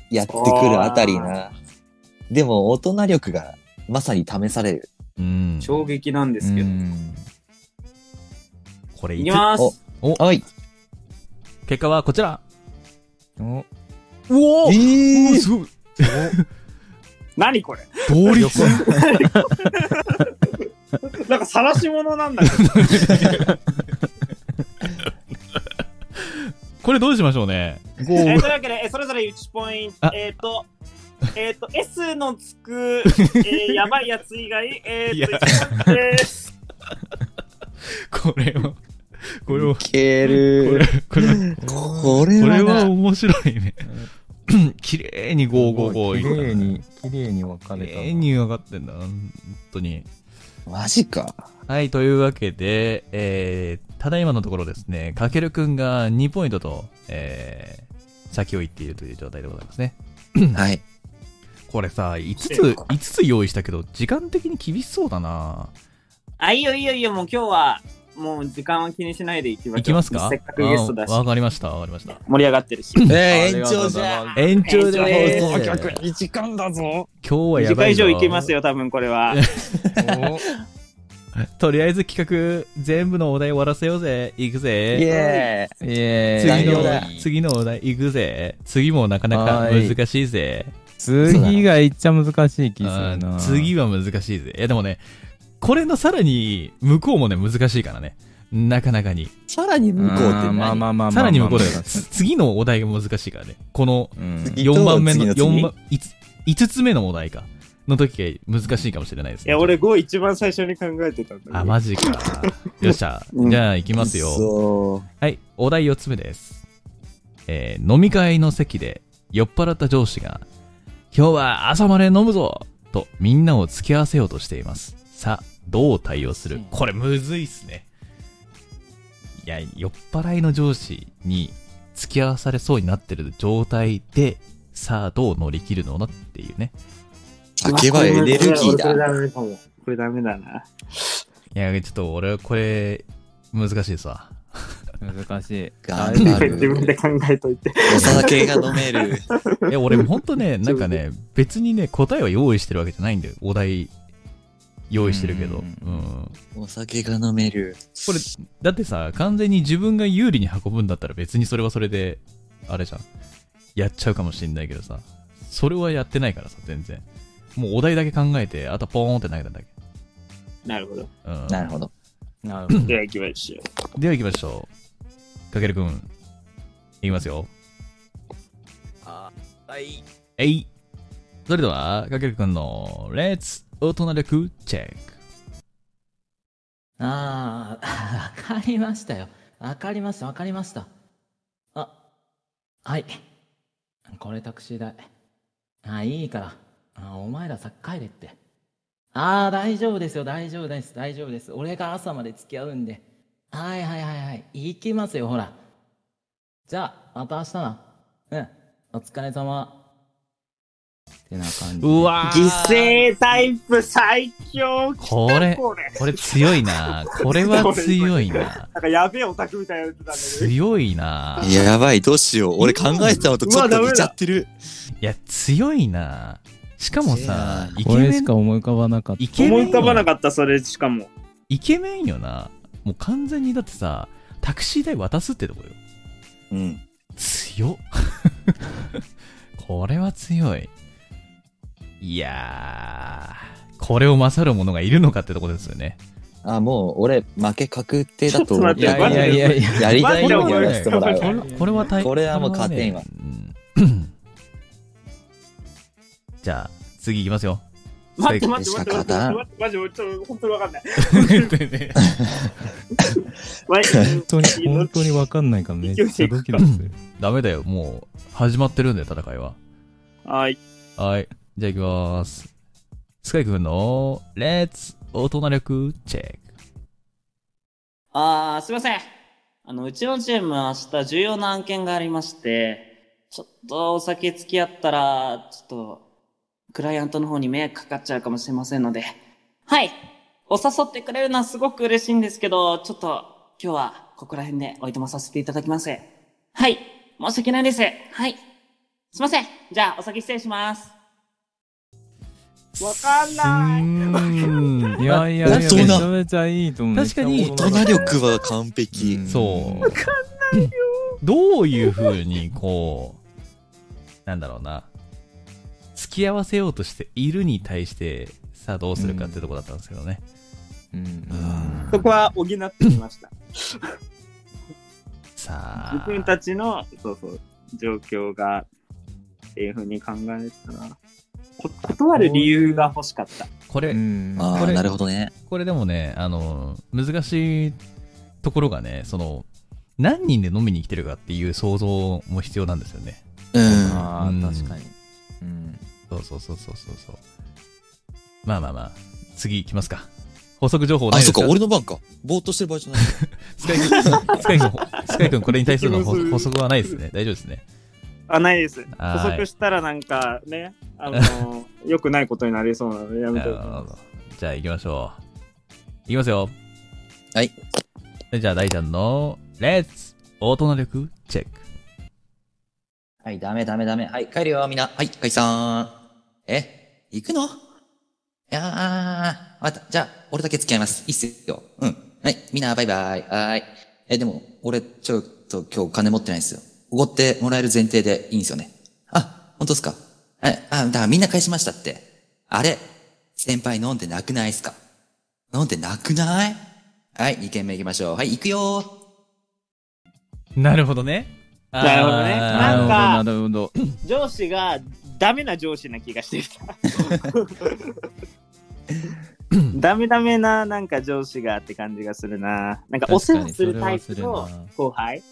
やってくるあたりな。でも、大人力がまさに試される。
うん。
衝撃なんですけ
う
ど。
ん
これ
い
い
き
つ、
ます。
はい。
結果はこちら。
お
うお
え
ーうお
ー
すごい
何これ
同率
なんか晒し者なんだ けど。
これどうしましょうね。5
えー、というわけで、えーそれぞれ1ポイン
あ
ト。えっ、と、えっ、と、S のつく、え ーやばいやつ以外、え
い
っ、
や
と、1ポイントです。
これは、これは、
いけ
これ
る。
これは、
これ
これ
は
は
な、
面白いね。綺麗に555い
綺麗
っ
に綺麗に分か
たね。
れ
綺
たな
麗に分かってんだ、本当に。
マジか。
はい、というわけで、えー、ただいまのところですね、かけるくんが2ポイントと、えー、先を行っているという状態でございますね。
はい。
これさ、5つ、5つ用意したけど、時間的に厳しそうだな
あ、いいよいいよいいよ、もう今日は、もう時間は気にしないでいきましょう。
いきますか
せっかくゲストだし
あ、わかりました、わかりました。
盛り上がってるし。
えー、延長じゃ。
延長で
え
ーす。
2時間だぞ。
今日はや
次
ばい
回以
ぞ。
上いきますよ、多分これ は。
とりあえず企画、全部のお題終わらせようぜ。行く
イ
ぜ。
エ
イエ
次
代
の
表
ーイ
だ
次のお題行くぜ。次もなかなか難しいぜ。
次がいっちゃ難しい気す
あ
るな
ー次は難しいぜ。いやでもね、これのさらに向こうもね、難しいからね。なかなかに。
さらに向こうって
あー
何
まあまあまあまあまあ。
さらに向こうだよな。つ 次のお題が難しいからね。この
うん
次
4番目
次
の、
の次
4番、5つ目のお題か。の時が難しいかもしれないです
い
ね。
や、俺5一番最初に考えてたんだけど。
あ、マジか。よっしゃ。
うん
じゃあ、行きますよ。
そ
はい、お題4つ目です。えー飲み会の席で酔っ払った上司が、今日は朝まで飲むぞとみんなを付き合わせようとしています。さあ、どう対応するこれむずいっすね。いや、酔っ払いの上司に付き合わされそうになってる状態で、さあどう乗り切るのっていうね。
う。酒はエネルギー
これ
だ。
ダメかも。これダメだな。
いや、ちょっと俺、これ、難しいですわ。
難しい。
頑
自
張
だいぶ
る。
分で考えといて。
お酒が飲める。
いや、俺、ほんと ね、なんかね、別にね、答えは用意してるわけじゃないんだよ。お題、用意してるけど。う。
うん
お酒が飲める。
これ、だってさ、完全に自分が有利に運ぶんだったら別にそれはそれで、あれじゃん。やっちゃうかもしんないけどさ、それはやってないからさ、全然。もうお題だけ考えて、あとはポーンって投げたんだけ。
なるほど。
うん。
なるほど。
なるほど。
では行きましょう。
では行きましょう。かけるくん、いきますよ。
はい。
えい。それでは、かけるくんの、レッツ大人力チェック。
ああ、わかりましたよ。わかりました、わかりました。あ、はい。これタクシー代。あ、いいから。あお前らさっき帰れって。ああ、大丈夫ですよ、大丈夫です、大丈夫です。俺が朝まで付き合うんで。はいはいはいはい。行きますよ、ほら。じゃあ、また明日な。うん。お疲れ様。ってな感じ。
うわー
犠牲タイプ最強
これ
これ。
これ強いな。これは強いな。
なんかやべえオタクみたいなやつなんだけど。
強いな。い
やばい、どうしよう。俺考えてたのとちょっと似ちゃってる。
や、強いな。しかもさ、イケ
これ
メ
し
ン
か、思い浮かばなかった。
イケメンよな。
かった、それしかも。
イケメンよな。もう完全にだってさ、タクシー代渡すってとこよ。
うん。
強っ。 これは強い。いやー、これを勝る者がいるのかってとこですよね。
あ、もう俺、負け確定だと思って
いやいやいやいや。
やりたいよう
こ
に
れ
や
は
らせてもらう
これ
わ。
これは大
これはもう勝てんわ
これはねうんじゃあ、次いきますよ。
待って待って待って待って
勝
待って待って待ってちょっと本当にわかんない。
本当に、本当にわかんないからめっちゃドキドキする。
ダメだよ、もう始まってるんだよ、戦いは。
はい。
はい、じゃあ行きまーす。スカイくんの、レッツ大人力チェック。
あー、すいません。あの、うちのチームは明日重要な案件がありまして、ちょっとお酒付き合ったら、ちょっと、クライアントの方に迷惑かかっちゃうかもしれませんので、はい。お誘ってくれるのはすごく嬉しいんですけど、ちょっと、今日はここら辺でおいとまさせていただきます。はい。申し訳ないです。はい。すいません。じゃあ、お先失礼します。わかんない
い。
いやいやいや、め
大
ち
人
ゃめちゃいいと思う。
確かに
めちゃ
大
大人
人
だ
力は完璧。
そう。わかんないよ。どういう風に、こう、なんだろうな。付き合わせようとしているに対して、さあどうするかってとこだったんですけどね。
うん
そこは補ってきました。
さあ。
自分たちの、そうそう、状況が、っていうふうに考えたら、こ断る理由が欲しかった。
こ
う
れ、
ん。
あ
こ
あ、
れ
なるほどね。
これでもね、あの、難しいところがね、その、何人で飲みに来てるかっていう想像も必要なんですよね。
うん。
あ
うん
あ、確かに。うん。
そうそうそうそうそうそう。まあまあまあ、次行きますか。補足情報な
あ、
いです
そっ
か
か、俺の番か。ぼーっとしてる場合じゃない。
スカイ 君、スカイ君、スカイ君、これに対するの補補足はないですね。大丈夫ですね。
あ、ないです。
はい
補足したらなんかね、あの、良くないことになりそうなので、やめ
な
て
る
おき
ほ
ま
ど
す。
じゃあ行きましょう。行きますよ。
はい。
じゃあ大ちゃんの、レッツ大人力チェック。
はい、ダメダメダメ。はい、帰るよ、みんな。はい、解散。え、行くのいやー、わかった。じゃあ、俺だけ付き合います。いいっすよ。うん。はい、みんな、バイバイ。はーい。え、でも、俺、ちょっと今日金持ってないんですよ。おごってもらえる前提でいいんですよね。あ、本当っすかえ、あ、だからみんな返しましたって。あれ、先輩飲んでなくないっすか飲んでなくないはい、2軒目行きましょう。はい、行くよー。
なるほどね。
なるほどね
あー
なんか
なるほどなるほど
上司がダメな上司な気がしてきた。ダメダメななんか上司がって感じがするな。なんかお世話するタイプの
確かにそれはするな
後輩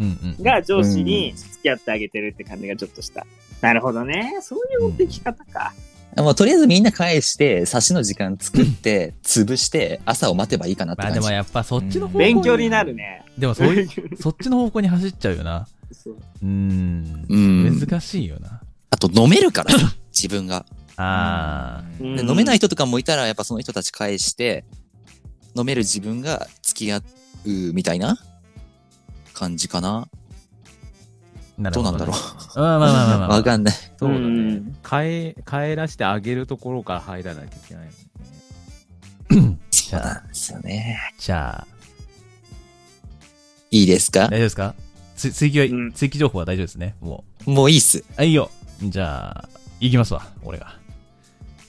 うんうん。
が上司に付き合ってあげてるって感じがちょっとした。なるほどね。そういう持ってき方か。
もうとりあえずみんな返して、差しの時間作って、潰して、朝を待てばいいかなって
まあ
感
で
じ。
もやっぱそっちの方向
勉強になる。ね。
でもそういう、
勉強
そっちの方向に走っちゃうよな。
そう
うーん。
うん。
難しいよな。
あと飲め るから、自分が。
あ
うん
で飲めない人とかもいたら、やっぱその人たち返して、飲める自分が付き合うみたいな感じかな。
あ。
どうなんだろう。
う。まあまあまあまあま
わ
あ。
かんない。
そうだ
う
ね
ん
帰帰らしてあげるところから入らないといけないもんね
じゃあ、
ですよね。
じゃあ、
いいですか
大丈夫ですかつ追記は、
うん
追記情報は大丈夫ですね。も
もういいっす。
う。あ、いいよ。じゃあ、行きますわ。俺が。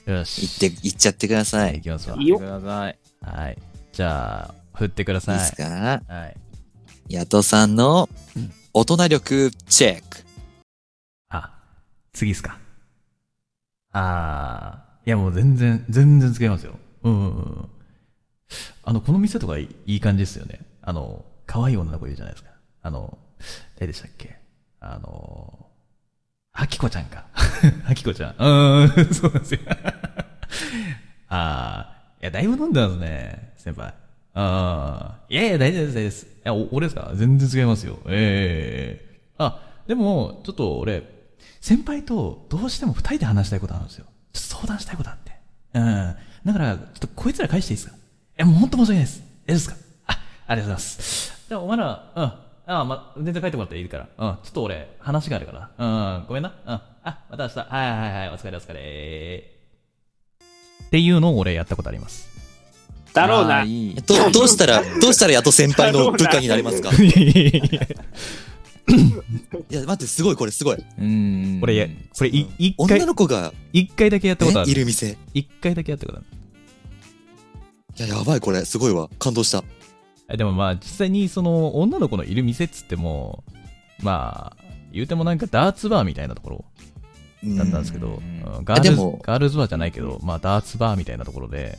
よし。
行って、行っちゃってください。
行きますわ
い。いよ
く。ださい
はい。じゃあ、振ってくだ
い
さ
いです
い。
か
はい。
ヤトさんの大人力チェック。
あ、次っすか。あー、いやもう全然、全然違いますよ。うんうんうん。あの、この店とかいいい感じですよね。あの、可愛い女の子いるじゃないですか。あの、誰でしたっけあの、あきこちゃんか。あきこちゃん。うーん、そうなんですよ。あー、いや、だいぶ飲んでますね、先輩。あー、いやいや、大丈夫です、大丈夫です。いや、お俺ですか全然違いますよ。ええあ、でも、ちょっと俺、先輩とどうしても二人で話したいことあるんですよ。ちょっと相談したいことあって。うん。だから、ちょっとこいつら返していいですかいや、もうほんと申し訳ないです。大丈夫ですかあ、ありがとうございます。でもお前ら、うん。ああ、ま、全然帰ってもらっていいから。うん。ちょっと俺、話があるから。うん。ごめんな。うん。あ、また明日。はいはいはい。お疲れお疲れ。っていうのを俺やったことあります。
だろう
あ
な
ー。いい
ど、どうしたら、どうしたらやっと先輩の部下になれますかいや、待って、すごい、これすごい。
うん
これや、これい、一回
女、の子が、
一回だけやったことあ
ねい
る。
る店。い
一回だけやったことある。
や、やばい、これ、すごいわ。感動した。
えでもまあ実際にその女の子のいる店っつってもまあ言うてもなんかダーツバーみたいなところ
うん
だったんですけど、
うん
うんガール
あで
ズ
も
ガールズバーじゃないけど、まあダーツバーみたいなところで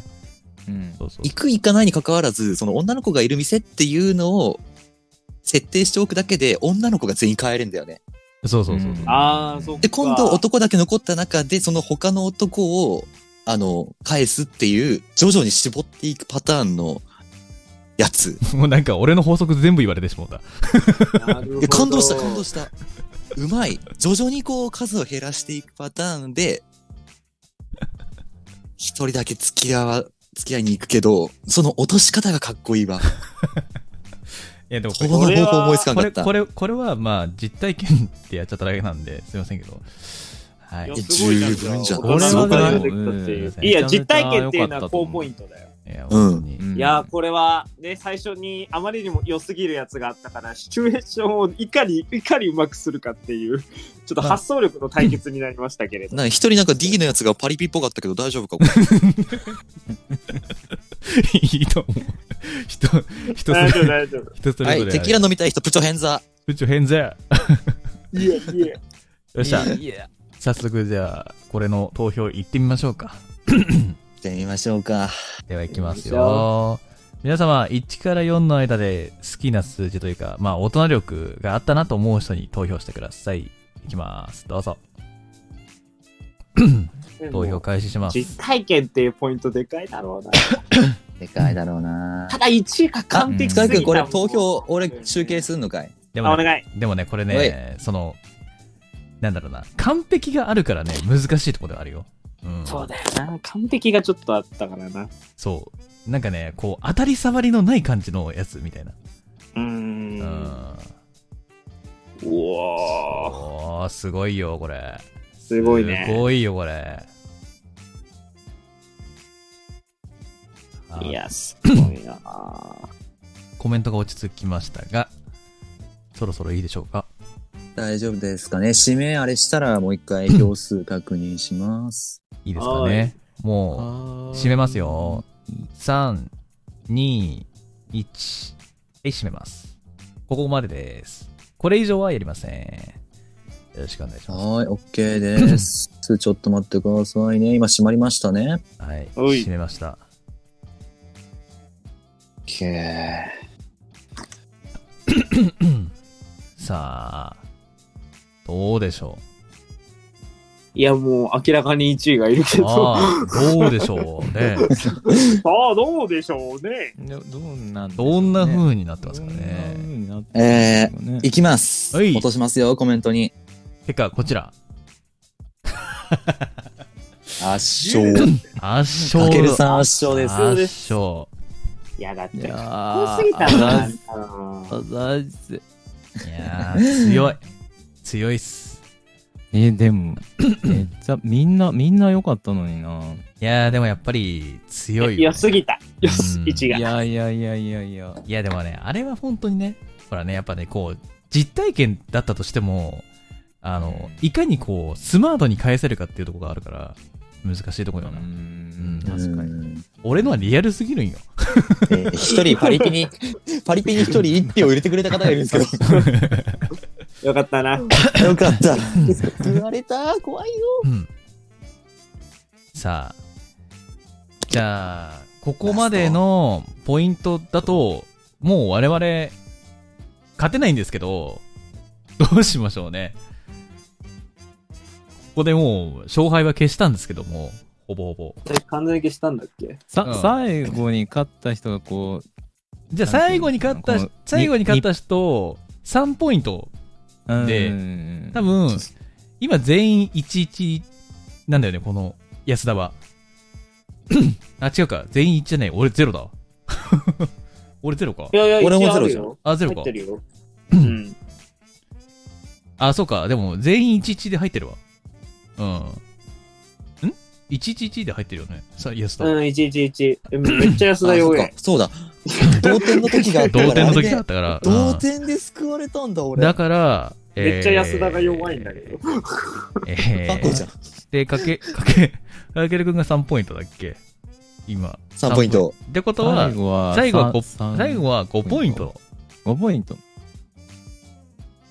うん
そうそう
行く行かないに関わらず、その女の子がいる店っていうのを設定しておくだけで、女の子が全員帰れんだよね。
そうそうそうそう、
うん
ああ、そっか。
で、今度男だけ残った中で、その他の男を、あの、返すっていう、徐々に絞っていくパターンのやつ。
もうなんか俺の法則全部言われてしまった
なるほど
いや、感動した、感動した。うまい。徐々にこう、数を減らしていくパターンで、一人だけ付き合わ、付き合いに行くけど、その落とし方がかっこ いいわ。
いやでもこ
こ
れ
の方法思いつかん
こ
かっ
れ
た。
これこれはまあ実体験ってやっちゃっただけなんですいませんけどはいい
や
い
いや
すごい
十分じゃん
これは
すごくない
だいぶできたっていう
うん
いや、実体験っていうのは高ポイントだよ。
や本当に、
うん
いやーこれはね最初にあまりにも良すぎるやつがあったからシチュエーションをいかに いかにうまくするかっていうちょっと発想力の対決になりましたけれ ど
なんか一人なんか D のやつがパリピっぽかったけど大丈夫かこ れ
いいと思う人人それぞれ
大丈夫大丈夫
人それぞれ
は
ある、
い、テキーラ飲みたい人、プチョヘンザ。
うち変ぜ
いやいや
よっしゃ
いや
早速じゃあこれの投票行ってみましょうか
じゃあ見ましょうか。
では行きます
行きまし
よ皆様1から4の間で好きな数字というかまあ大人力があったなと思う人に投票してくださいいきますどうぞ投票開始します
実体験っていうポイントでかいだろうな
でかいだろうな
た。だ1位が完璧す
塚
ぎ
く
た
ん、これ投票、俺
うん
集計すんのかい
で
あお
もね
願い
でもねこれねそのなんだろうな完璧があるからね難しいところではあるよ、うん、
そうだよな完璧がちょっとあったからな
そうなんかねこう当たり障りのない感じのやつみたいな
うー
うんん
うおー
おーすごいよこれ
すごいね
すごいよ、これ。あ
いやすごいな
コメントが落ち着きましたが、そろそろいいでしょうか。
大丈夫ですかね指名あれしたらもう一回票数確認します。
いいですかね。もう、締めますよ。3、2、 1。はい、閉めます。ここまでです。これ以上はやりません。よろしくお願いします。
はーい、OK です。ちょっと待ってくださいね。今閉まりましたね。
はい、
おい
閉めました。
OK。
さあ、どうでしょ
いや、もう明らかに1位がいるけ
う。
ど。あ
ああ、どうでしょうね。
あ、どうでしょうね。
どどんなでしょうね
どんな風になってますか
どんな風
ね。
になってますかね
いきます。
はい
落としますよ、コメントに。
結果、こちら。
圧勝。
圧
た
勝。
けるさん圧勝です。
勝で
圧勝。
いや、だっ
い
て多
や、
すぎた
ー
な。あの
あざっす
いやー、強い。強いっす。
えでもめっちゃみんなみんな良かったのにない
やー、でもやっぱり強いよ、ね。
良すぎた。よす
うん
1
い
位が。
やいやいやいやいや
いやでもね、あれは本当にね、ほらね、やっぱね、こう、実体験だったとしても、あの、いかにこう、スマートに返せるかっていうところがあるから、難しいところよな。
ん
う
確かに
に。
俺のはリアルすぎるんよ。
えー一人パリピに、 パリピに一人一票入れてくれた方がいるんで すけ
よかったな。
ど。よかった。言われた怖いよ。
うんさあ、じゃあ、ここまでのポイントだと、もう我々、勝てないんですけど、どうしましょうね。ここでもう、勝敗は消したんですけども、ほぼほぼ。
完全に消したんだっけ
さ、
うん
最後に勝った人がこう
じゃあ最後に勝った
なんていうのかなこの、
最後に勝った人、3ポイント。
うん
で
うん
多分、今全員11なんだよね、この安 田は。あ、違うか。全員1じゃない。俺ゼロだわ。 俺ゼロか
い。やいや、
俺も
一応ある
ゼロ
よ。
あ、ゼロ
入
か
って。るよ。うん。
あ、そうか。でも全員11で入ってるわ。うん。ん ?111 で入ってるよね。さ、安田。
うん、111。うんめっちゃ安田
あそ
洋
う
平
か。そうだ。同点の時があったから。
同点の時だったから。
同
うん
点で救われたんだ、俺。
だから、
めっちゃ安田が弱いんだけど。。
えー
過去じゃん。
で、かけ、かけ、かけるくんが3ポイントだっけ今。
3ポイント。
ってことは、
後は
最後は5、
さ
最後は5ポイント。
5ポイント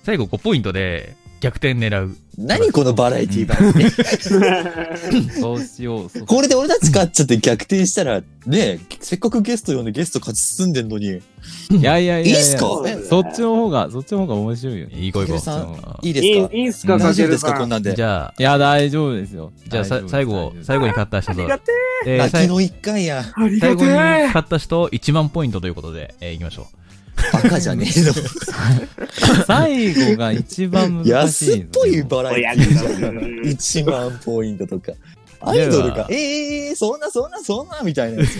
最後5ポイントで逆転狙う。
何このバラエティ番組。
そうしようそう
これで俺たち勝っちゃって逆転したら、ねせっかくゲスト呼んでゲスト勝ち進んでんのに。
いやいやいや
いい
や
っすか
そうだよね
そっちの方がそっちの方が面白いよね
いい声
か
こう
けるさ
ん
いい
いい
ですか
いいんすか、
大
か
丈
け
夫
る
ですか
さ
こ
ん
ん。なんで
じ。ゃあ、
いや大丈夫ですよ
じゃあ
大
さ
丈夫
最後
大丈、夫
最後に勝った人
あり
と
が、て
えー
泣
最
き
後
の一回や。
えあり
最
が
後
て
に
え
勝った人1万ポイントということで、えー、いきましょ
バカじゃねえの。
最後が一番 難しい
安っぽいバラエティじゃ
親
ん
方。
1万ポイントとか。アイドル
では
が、ええええそんなそんなそんなみたいなやつ。い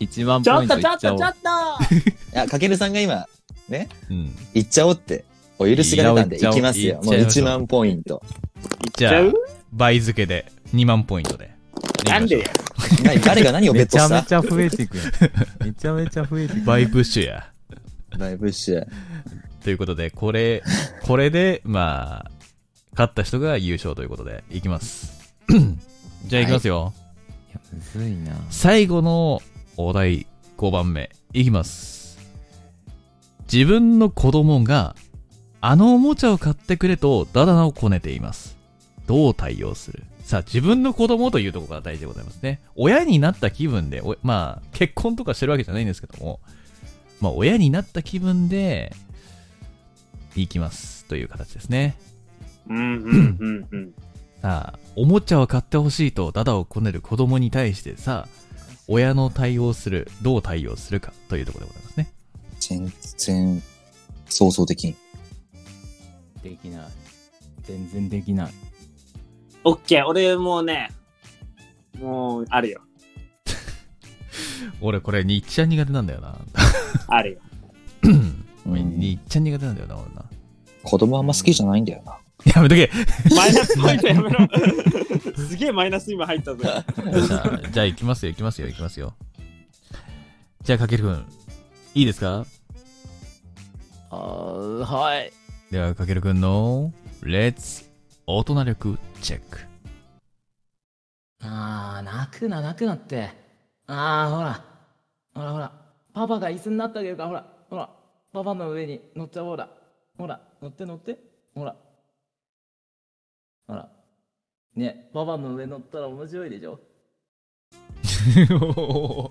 一番
ちょ
ポイ
っ
ント
と
い
ちょ
っ
っ
ちゃお
とち
う
ょっと
や、かけるさんが今、
う。うん。
行っちゃおうって、お許しが出たんで
行っ
行
ちゃおう
きますよ。もう
行っちゃい
1
ましょう
万ポイント。
じ
ち
ゃ
ゃ
あ
う、
倍付けで2万ポイントで。
なんで
い
よ
きましょ
何誰が何をベ
め
ット
ちゃ
し
め
た
ちゃ増えていくやんめちゃめちゃ増えていうく
倍プッシュや。
ライブシェア。
ということで、こ れ、これで、まあ、勝った人が優勝ということで、いき ます。じゃあ、いきますよ。
いやむずいな
最後のお題5番目いきます自分の子供があのおもちゃを買ってくれとダダナをこねていますどう対応するさあ自分の子供というところが大事でございますね親になった気分でおまあ結婚とかしてるわけじゃないんですけどもまあ親になった気分でいきますという形ですね
うんうんうんうん。
さあおもちゃを買ってほしいとダダをこねる子供に対してさ親の対応するどう対応するかというところでございますね
全然、想像できん。
できない全然できない
オッケー、俺もうね、もう、あるよ。
俺これにっちゃん苦手なんだよな
あるよ。
俺にっちゃん苦手なんだよな俺な
子供あんま好きじゃないんだよな。
やめとけ
マイナスポイントや めろ。すげえマイナス今入ったぞ。
さあじゃあ行きますよ行きますよ行きますよじゃあかけるくんいいですか
あーはい。
ではかけるくんのレッツ大人力チェック
ああ、泣くな、泣くなって。ああ、ほら。ほらほら。パパが椅子になってあげるから、ほら、ほら、パパの上に乗っちゃおう、ほら、ほら、乗って乗って、ほら。ほら。ね、パパの上乗ったら面白いでしょ
おー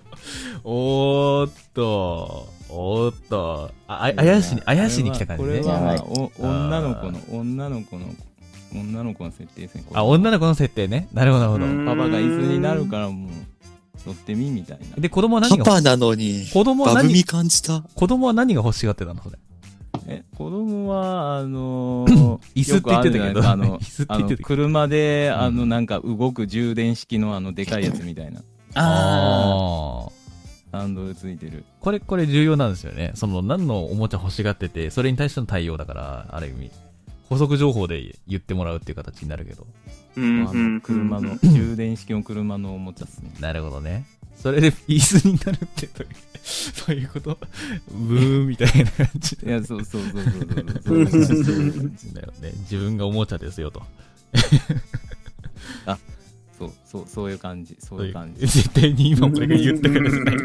おーっと、おーっと、あ、ああやしに、あやしに来た感じね
これ。は、ま
じ
あ、お女の子の、女の子の、女の子の設定ですね。これ
あ、女の子の設定ね。なるほど、なるほ
パパが椅子になるからもう、乗ってみみたいな
ど。。で、子供は
パ
何が、
パなのに、
子供は
バブ
何
み、感じた。
子供は何が欲しがってたのそれ。
え子供はあのー
椅子って言ってたけど
よくあるじゃない
椅子
です
って
かあの
言ってたけど
あの車で
うん
あのなんか動く充電式のあのでかいやつみたいな
あ
あー。
ハンドルついてる
これ、これ重要なんですよね。その、何のおもちゃ欲しがってて、それに対しての対応だから、ある意味。補足情報で言ってもらうっていう形になるけど。
うん
あの車の充電式の車のおもちゃっすね
なるほどね。それで椅子になるってどういう、そう いうことブーみたいな感じ
い
で。
やそうそうそうそうそうそう
そういう感じだよね。自分がおもちゃですよと。
そうそうそういう感じそういう感じ
絶対に今俺が言ったからじゃない。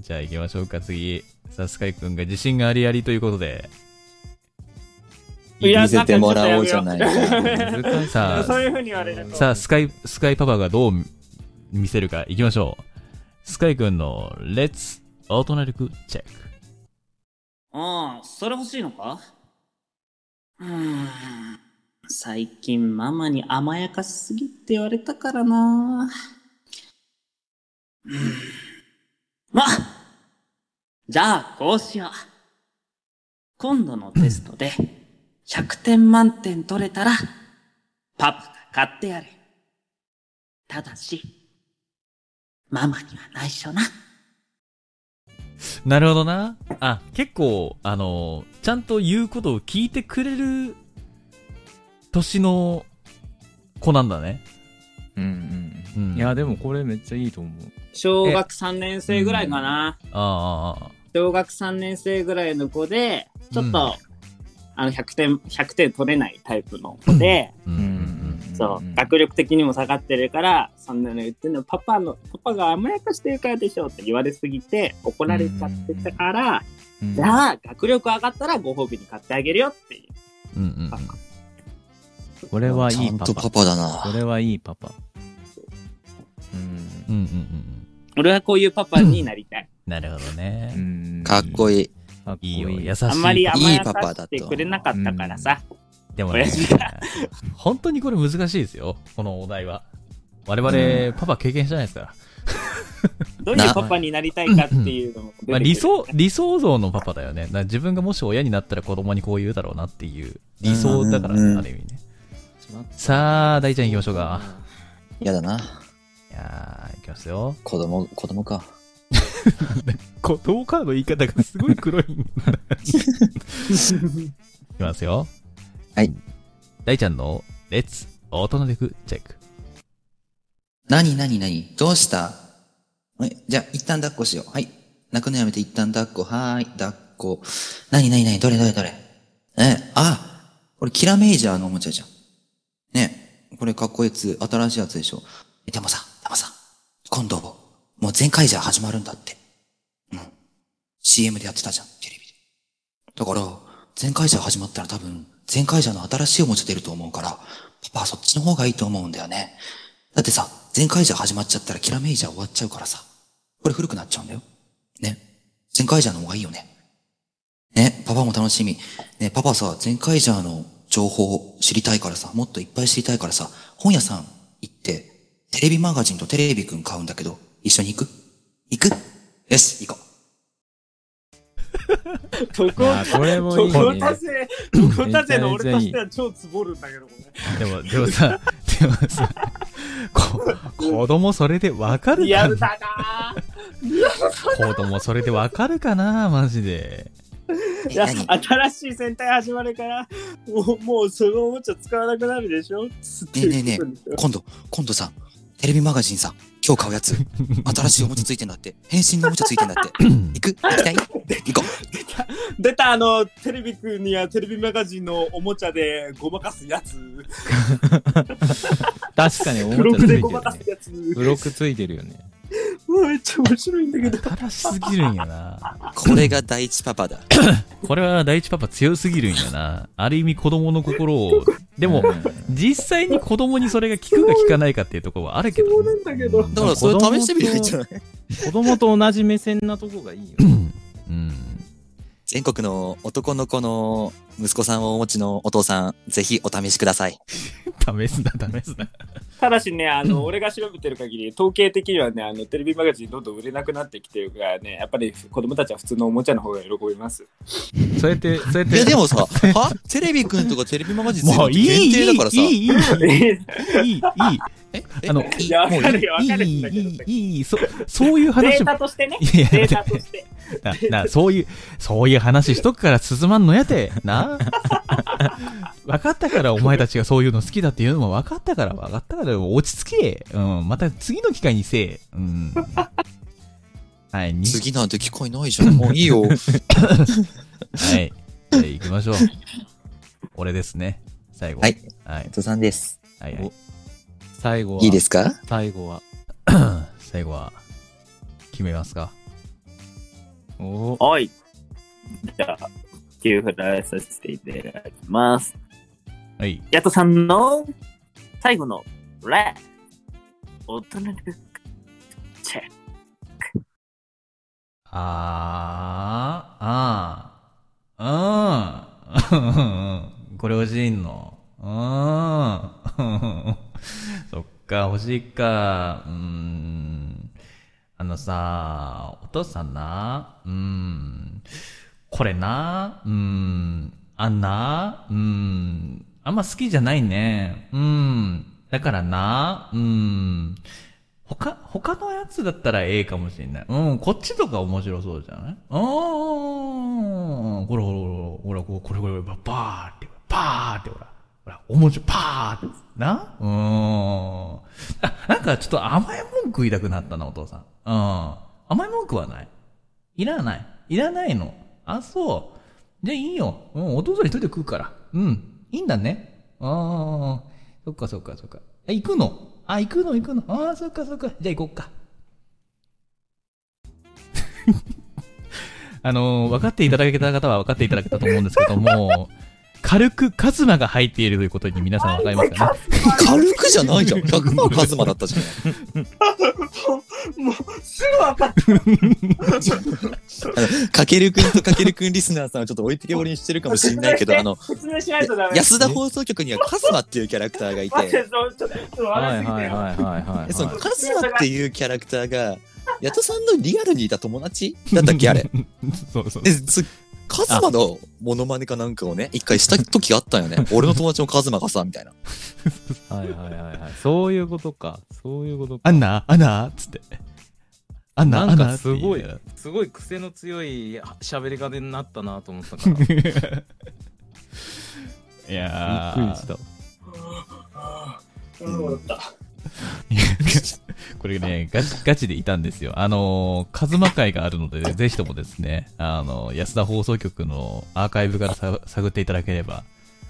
じゃあ行きましょうか、次。サスカイくんが自信がありありということで。
いや
見せてもらおうじゃないか。
難 しい
さあ
そういうふうに言われると。
さあ、スカイ、スカイパパがどう見せるか行きましょう。スカイくんのレッツ大人力チェック。
ああ、それ欲しいのかうーん。最近ママに甘やかしすぎって言われたからな。うーんまあじゃあ、こうしよう。今度のテストで100点満点取れたら、パパが買ってやる。ただし、ママには内緒な。
なるほどな。あ、結構、あの、ちゃんと言うことを聞いてくれる年の子なんだね。
うん
う
うん
ん。
いやでもこれめっちゃいいと思う
小学3年生ぐらいかな。
ああああ、
小学3年生ぐらいの子でちょっ
うん
と、あの100点100点取れないタイプの子で、
うんうん
そう学力的にも下がってるからそんなの言ってんのパパのパパが甘やかしてるからでしょって言われすぎて怒られちゃってたから、
うん
じゃあ学力上がったらご褒美に買ってあげるよってい
う
う
ん。うんうんうん
これはい
ちゃ
い
ん
パ
と
パ
パパだ
こ
な。
れはいいパパ
うんうんうん。
俺はこういうパパになりたい、
なるほどね。
うん
かっこいい。
かっこ
いいよ、優しい。
あんまり
パパ
甘や
いいパ
か
パだ
し
と
てくれなかったからさ、
でも
お
ね
やすみ、
本当にこれ難しいですよ、このお題は。我々、パパ経験してないですから。
どういうパパになりたいかっていうのも出てくる
まあ、理想、理想像のパパだよね。だから自分がもし親になったら子供にこう言うだろうなっていう理想だから
うんうん
ね、
うん
ある意味ね。
決まっ
さあ、大ちゃん行きましょうか。
やだな。
いやー、行きますよ。
子供、子供か。
こう、ーカード言い方がすごい黒いん だ。いきますよ。
はい。
大ちゃんの、レッツ、大人力チェック。
なになになにどうしたはい、じゃあ、一旦抱っこしよう。はい。泣くのやめて一旦抱っこ。はーい、抱っこ。なになになにどれどれどれえ、あ、これキラメイジャーのおもちゃじゃん。ねえ、これかっこいいやつ、新しいやつでしょ。えでもさ、でもさ、今度、もう全開ジャー始まるんだって。うん。CM でやってたじゃん、テレビで。だから、全開ジャー始まったら多分、全開ジャーの新しいおもちゃ出ると思うから、パパはそっちの方がいいと思うんだよね。だってさ、全開ジャー始まっちゃったらキラメイジャー終わっちゃうからさ。これ古くなっちゃうんだよ。ね。全開ジャーの方がいいよね。ね、パパも楽しみ。ね、パパさ、全開ジャーの情報を知りたいからさ、もっといっぱい知りたいからさ、本屋さん行って、テレビマガジンとテレビくん買うんだけど、一緒に行く行くよし、行こう。
そこ
いやこれもいい
そこ
ね
達成、そこ達成の俺としては超つぼるんだけど、こ
でも、でもさ、でもさ、こ子供それでわか
れ。
る
リア
か
ル
な
だな
子
ぁ
供それでわかるかなマジで。
い
え、
や、
何
新しい戦隊始まるから、もう、もうそのおもちゃ使わなくなるでしょね
えねえねえ今度、今度さ、テレビマガジンさ、今日買うやつ、新しいおもちゃついてんだって、変身のおもちゃついてんだって、行く行きたい行こう。
出た、あの、テレビくんにはテレビマガジンのおもちゃでごまかすやつ。
確かにおもち
ブ
ゃ
ロ
つい
グ
てる
で
よ
ごまかす
ね
やつ。
ブロックついてるよね
めっちゃ面白いんだけど。
新しすぎるんやな。
これが第一パ パだ。
これは第一パパ強すぎるんやな。ある意味子供の心を。でも、実際に子供にそれが効くか効かないかっていうところはあるけどね。
だけど。
う
だからそれ試してみればいいんじゃない
子供と同じ目線なとこがいいよ。
ん。うん
全国の男の子の息子さんをお持ちのお父さん、ぜひお試しくださ い。
試すな、試すな。
ただしね、あの、俺が調べてる限り、統計的にはね、あの、テレビマガジンどんどん売れなくなってきてるからね、やっぱり子供たちは普通のおもちゃの方が喜びます。
そうやって、そうやっ
い
て。
やでも さ、はテレビくんとかテレビマガジン
もういい、
限
いい、い
定
い、い
だからさ。
い、いい、いい、いい、
え
あの
いや、わかるよ、わかる
い
んだけど
い、。いい、そ、そういう
デ
話
ー
も。
タとしてね。
いやい
デ
や
ータとして。
な、な、そういう、そういう話しとくから進まんのやて、な。分かったから、お前たちがそういうの好きだっていうのも分かったから、分かったから、落ち着け。うん、また次の機会にせえ。うん。はい、に
次なんて機会ないじゃん。 もういいよ。
はい。じゃあ行きましょう。俺ですね。最後。
はい。
はい。
とさんです。
はい、はい。
最後は、
いいですか
最後は。
最後は、決めますか。
おー
はい。じゃあ、給付らさせていただきます。
はい。
ヤトさんの最後のレ大人力チェック。
あー、あー、うん。 これ欲しいの。うん。 そっか、欲しいか。うーん。あのさ、お父さんな、うーん。これな、うーん。あんな、うーん。あんま好きじゃないね。うーん。だからな、うーん。他、他のやつだったらええかもしれない。うん、こっちとか面白そうじゃないうん、ほらほらほら、ほら、これこれこれ、ばばーって、ばーって、ほら、ほら、おもちゃ、ばーって、なうーん。あ、なんかちょっと甘い文句言いたくなったな、お父さん。うん。甘い文句はないいらない。いらないの。あ、そう。じゃあいいよ。うん、お父さん一人で食うから。うん。いいんだね。ああ、そっかそっかそっか。え、行くのあ、行くの行くのああ、そっかそっか。じゃあ行こっか。 あのー分かっていただけた方は分かっていただけたと思うんですけども、軽くカズマが入っているということに皆さん分かりますかね
軽くじゃないじゃん。100万カズマだったじゃん。
もう、すぐ分かっ
かけるくんとかけるくんリスナーさんはちょっと置いてけぼりにしてるかもしれないけ ど、あの、
説明しないとダメ。
安田放送局にはカズマっていうキャラクターがい
待って
て、、
そうちょっとちょっと
は
笑
い
いすぎ
は
て
い
よ。
はいはいは
え
い
その
は
カズマっていうキャラクターが、矢田さんのリアルにいた友達だったっけ あれ。
そうそう
で、すカズマのモノマネかなんかをね、一回した時があったんよね。俺の友達のカズマがさ、みたいな。
い。はいはいはいはい。そういうことか。そういうことか。
アンナアンナつって。アンナ
なん
アン
か
ナ
すご
っ
い
て言う、
すごい癖の強い喋り方になったなと思ったから。
いやー
びっくりした。
うん分かった
これね、ガチ、ガチでいたんですよ。あのー、カズマ会がある ので、ぜひともですね、あのー安田放送局のアーカイブからさ探っていただければ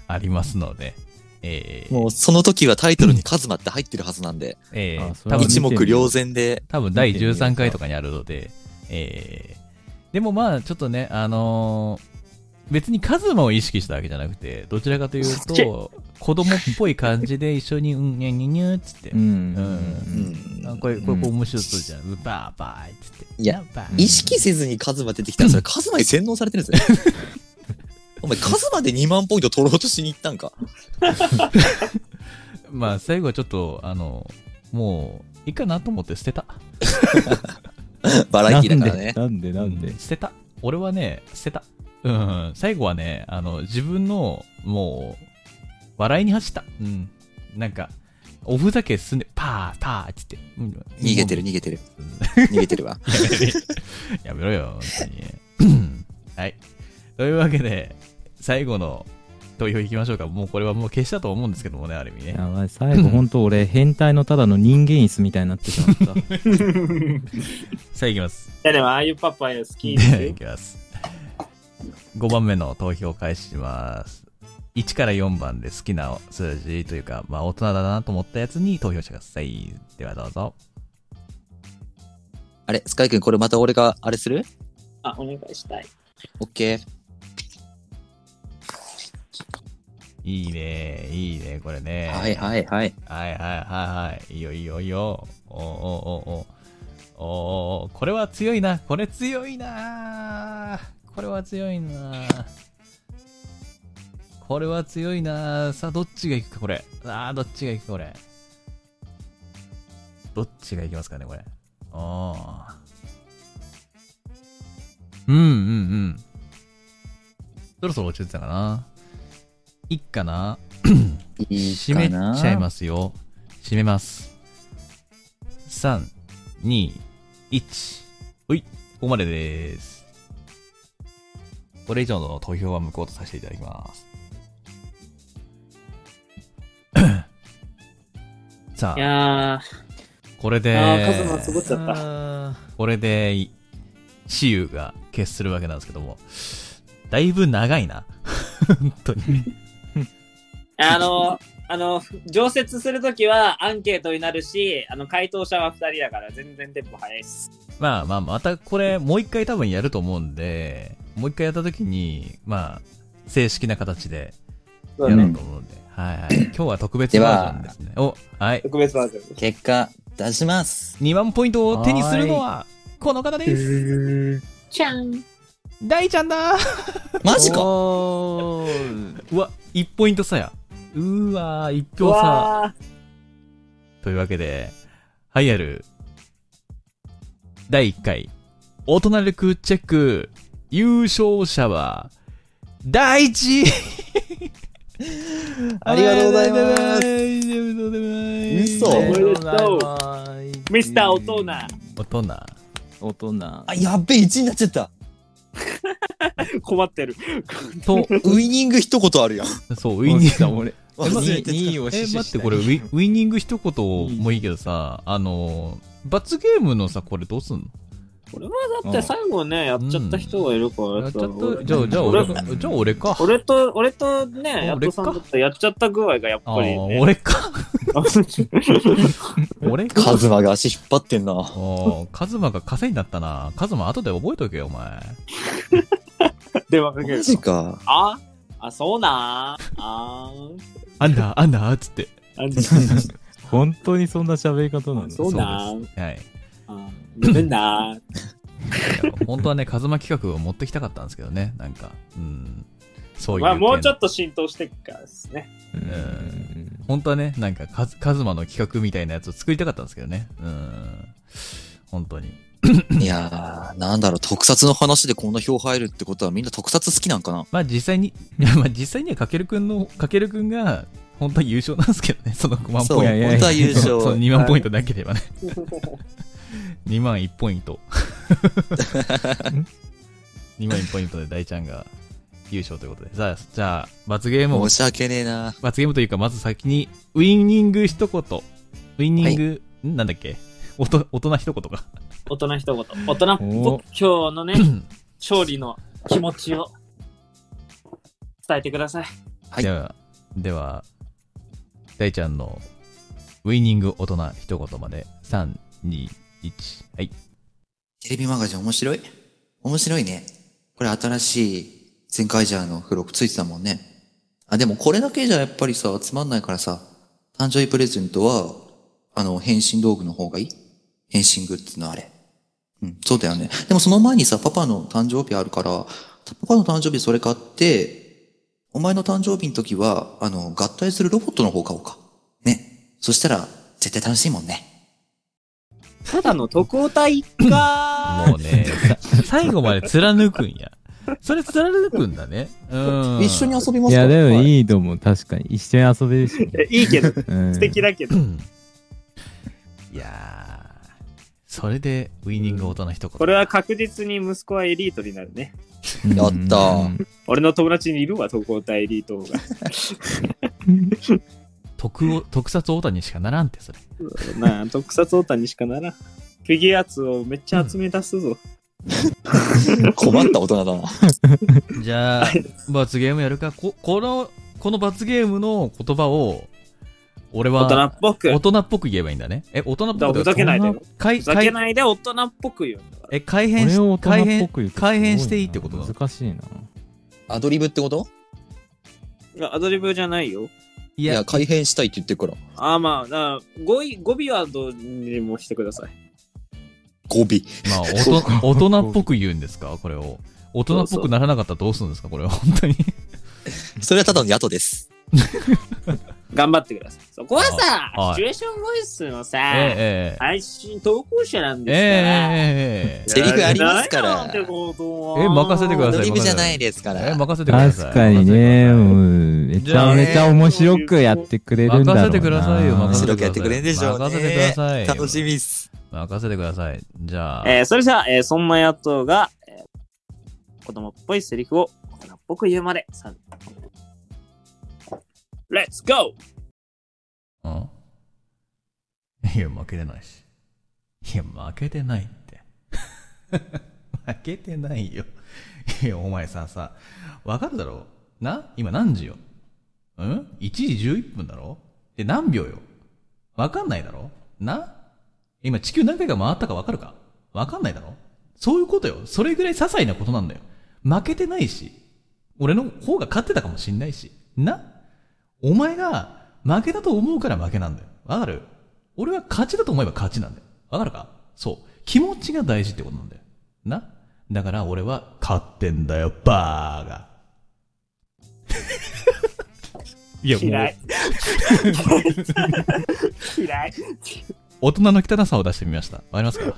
ありますので、えー、
もうその時はタイトルにカズマって入ってるはずなんで、
えー
あそ
多
れは
分
見て
一
みよう
目瞭然で、
多分第13回とかにあるので、えー、でもまあ、ちょっとね、あのー別にカズマを意識したわけじゃなくて、どちらかという
ち
と、子供っぽい感じで一緒に、うん、にゃにゃにゃっつって
う、ん
う
うん。
うんん
あこれ、これこれ面白そうじゃん、うん、ばーばーいっつって。
いや
な、ばー
意識せずにカズマ出てきたら、それカズマに洗脳されてるん ですよ。お前、カズマで2万ポイント取ろうとしに行ったんか。
まあ最後はちょっとあのもういいかなと思って捨てた
バラエティだからね。
なんでなんで
うん捨てた俺はね捨てたうん最後はねあの自分のもう笑いに走ったうんなんかおふざけすんでパーパーっつって、うん
逃げてる、逃げてる。
うん
逃げてるわ。
やめろよ、本当に。はい。というわけで、最後の投票いきましょうか。もうこれはもう消したと思うんですけどもね、ある意味ね。
やばい最後本当俺変態のただの人間椅子みたいになってしまった
さあいきます。
いやでも、ああいうパパや好きです
で い
よ。
きます。5番目の投票開始します。1から4番で好きな数字というか、まあ大人だなと思ったやつに投票してください。ではどうぞ。
あれ、スカイ君、これまた俺が、あれする
あ、お願いしたい。
オッケー。
いいね、いいね、これね。
はいはいはい。
はいはいはいはい。いいよいいよいいよ。おーおーおーおーおーおーこれは強いな。これ強いな。これは強いな。これは強いな。さあ、どっちがいくか、これ。ああ、どっちがいくか、これ。どっちがいきますかね、これ。ああ。うんうんうん。そろそろ落ちてたかな。いっかな。
いい
閉
か
め
な
ちゃいますよ。閉めます。3、2、1。ほい。ここまでです。これ以上の投票は無効とさせていただきます。 さ
い
あ、
や
これ
ー、
で、
あー、カズマすごっちゃった。
あ
これで、私有が決するわけなんですけども、だいぶ長いな。 本当に。
あの、あの、常設するときはアンケートになるし、あの、回答者は2人だから全然テンポ早いっす。
まあまあ、またこれ、もう一回多分やると思うんで、もう一回やった時に、まあ、正式な形で
そ
や
うだ
ろ
ね。
うと思うんで、はいはい。 今日は特別バージョンですね。お、はい。
特別バージョン。
結果、出します。
2万ポイントを手にするのは、この方です。
ちゃん。
大ちゃん だ
マ
マ
ジか
うわ、1ポイント差や。うーわー、1
う
票差。
わー
というわけで、栄えある、第1回、大人力チェック、優勝者は、第一
ありがとうございます
ありがとうございます。
嘘
おめでとう
う
ミスター大人
大人。
大人。
あ、やっべ、1位になっちゃった。
困ってる。
と、
ウイニング一言あるやん。
そう、ウィニング。
俺。
え
忘
待
れ
って
2位を死
え、
守したい
待って、これウィ、ウィニング一言もいいけどさ、あの、罰ゲームのさ、これどうすんの
これはだって最後ね、やっちゃった人がいるから
や
や
っ
っ
ち
た
ゃ
ら
った、
俺
じゃあ、じゃあ俺か、じゃあ俺か。
俺と、俺とね、やっ
俺
と
か
さんだったらやっちゃった具合がやっ
あ
ぱり、
ー
ね。
俺か。俺か。
カズマが足引っ張ってんな。
おーカズマが稼いになったな。カズマ後で覚えとけよ、お前。
電話か
マ
け る。
ジか。
ああ、そうなー。あー
アンダー、アンダーっつって。
あん。
本当にそんな喋り方なの
そうなー。
はい。
あーごめ んなー。
いや本当はね、カズマ企画を持ってきたかったんですけどね、なんか。うん。そういう系
ま
の。
あ、もうちょっと浸透していくからですね。
うん
本当はね、なんかカズ、カズマの企画みたいなやつを作りたかったんですけどね。うん。本当に。
いやー、なんだろう、特撮の話でこんな票入るってことはみんな特撮好きなんかな
まあ実際に、 いやまあ実際にはかけるくんの、かけるくんが、本当は優勝なんですけどね、その5万
そう、
ポイン
やいやいや
本当は優
ト。 その
勝。
2万ポイントなけれ ばね。2万1ポイント。2万1ポイントで大ちゃんが優勝ということで。さあ、じゃあ、罰ゲームを
申し訳ねえな。
罰ゲームというか、まず先に、ウイニング一言。ウイニング、んなんだっけおと大人一言か。
大人一言。大人っぽ
お
く今日のね、勝利の気持ちを伝えてください。
はい
では、では、大ちゃんの、ウイニング大人一言まで、3、2、1、はい。
テレビマガジン面白い面白いね。これ新しい全カイジャーの付録ついてたもんね。あ、でもこれだけじゃやっぱりさ、つまんないからさ、誕生日プレゼントは、あの、変身道具の方がいい変身グッズのあれ。うん、そうだよね。でもその前にさ、パパの誕生日あるから、パパの誕生日それ買って、お前の誕生日の時は、あの、合体するロボットの方買おうか。ね。そしたら、絶対楽しいもんね。
ただの特攻隊か
もうね、さ最後まで貫くんや。それ貫くんだね。うん。
一緒に遊びま
い
すか
や、でも
はい
いと思う。確かに。一緒に遊べるしね。
いいけど、
うん
素敵だけど。
いやー、それで、ウイニング大人一言。
これは確実に息子はエリートになるね。
やったー
うん
俺の友達にいるわ、特攻隊エリートが。
特を、特撮大谷しかならんって、それ。
なあ、特撮オタにしかならん。フィギュアツをめっちゃ集め出すぞ。
困った大人だな。
じゃあ、罰ゲームやるか。こ、この、この罰ゲームの言葉を、俺
大
は
人っぽく。
大人っぽく言えばいいんだね。え、大人っぽく
だからふざけないで。
大人
ふ
改
ざけ
改
ないで大人っぽく言うんだから。
え改
こ
変
れを
し
大
改
人っ
変
ぽく言うってすごい
改
な
変していいってことだ。
難しいな。
アドリブってこと
いやアドリブじゃないよ。
い
いや
や、
改変したいって言ってるから。
ああまあ、だから語彙語尾はどうにもしてください。
語 尾。
まあ、おと大人っぽく言うんですかこれを。大人っぽくならなかったらどうするんですかこれは本 当に。
それはただの野党です。
頑張ってください。そこは
あは
さ、
い
シチュエーションボイスのさ、
ええ
配信投稿者なん
えええ
です
セ
えええええ
から。
リフありますから
やらないなんてことは
え任せてくだ
ア
さ
ド
い
リブじゃないですか
ええ
ら。
任せてください。
確かにね、うんめちゃめちゃ面白くやってくれるんだろうな。
任せてくださいよ任
面
せ
白くやってくれるんでしょうね。
任せてください
楽しみっす。
任せてください。じゃあ、
えーそれじゃあ、えーそんな野党が、えー子供っぽいセリフを大人っぽく言うまで。さレッツゴー
うん。いや、負けてないし。いや、負けてないって。 負けてないよ。いや、お前さんさ、わかるだろな今何時よん ?1 時11分だろで、何秒よわかんないだろな今地球何回か回ったかわかるかわかんないだろそういうことよ。それぐらい些細なことなんだよ。負けてないし、俺の方が勝ってたかもしんないし、なお前が負けだと思うから負けなんだよ。わかる俺は勝ちだと思えば勝ちなんだよ。わかるかそう。気持ちが大事ってことなんだよ。なだから俺は勝ってんだよ、バーが。いや、も
嫌
う
い。嫌い。
大人の汚さを出してみました。わかりますか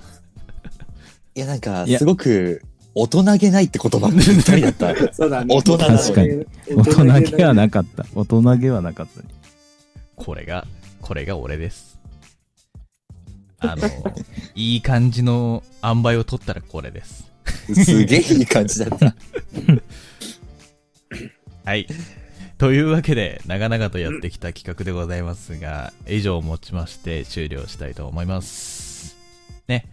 いや、なんか、
いや
すごく、大人げないって言葉がぴったりだった。
そうだ
大人だね
確かに。大人げはなかった。大人げはなかった。
これが、これが俺です。あの、いい感じの塩梅を取ったらこれです。
すげえいい感じだった。
はい。というわけで、長々とやってきた企画でございますが、以上をもちまして終了したいと思います。ね。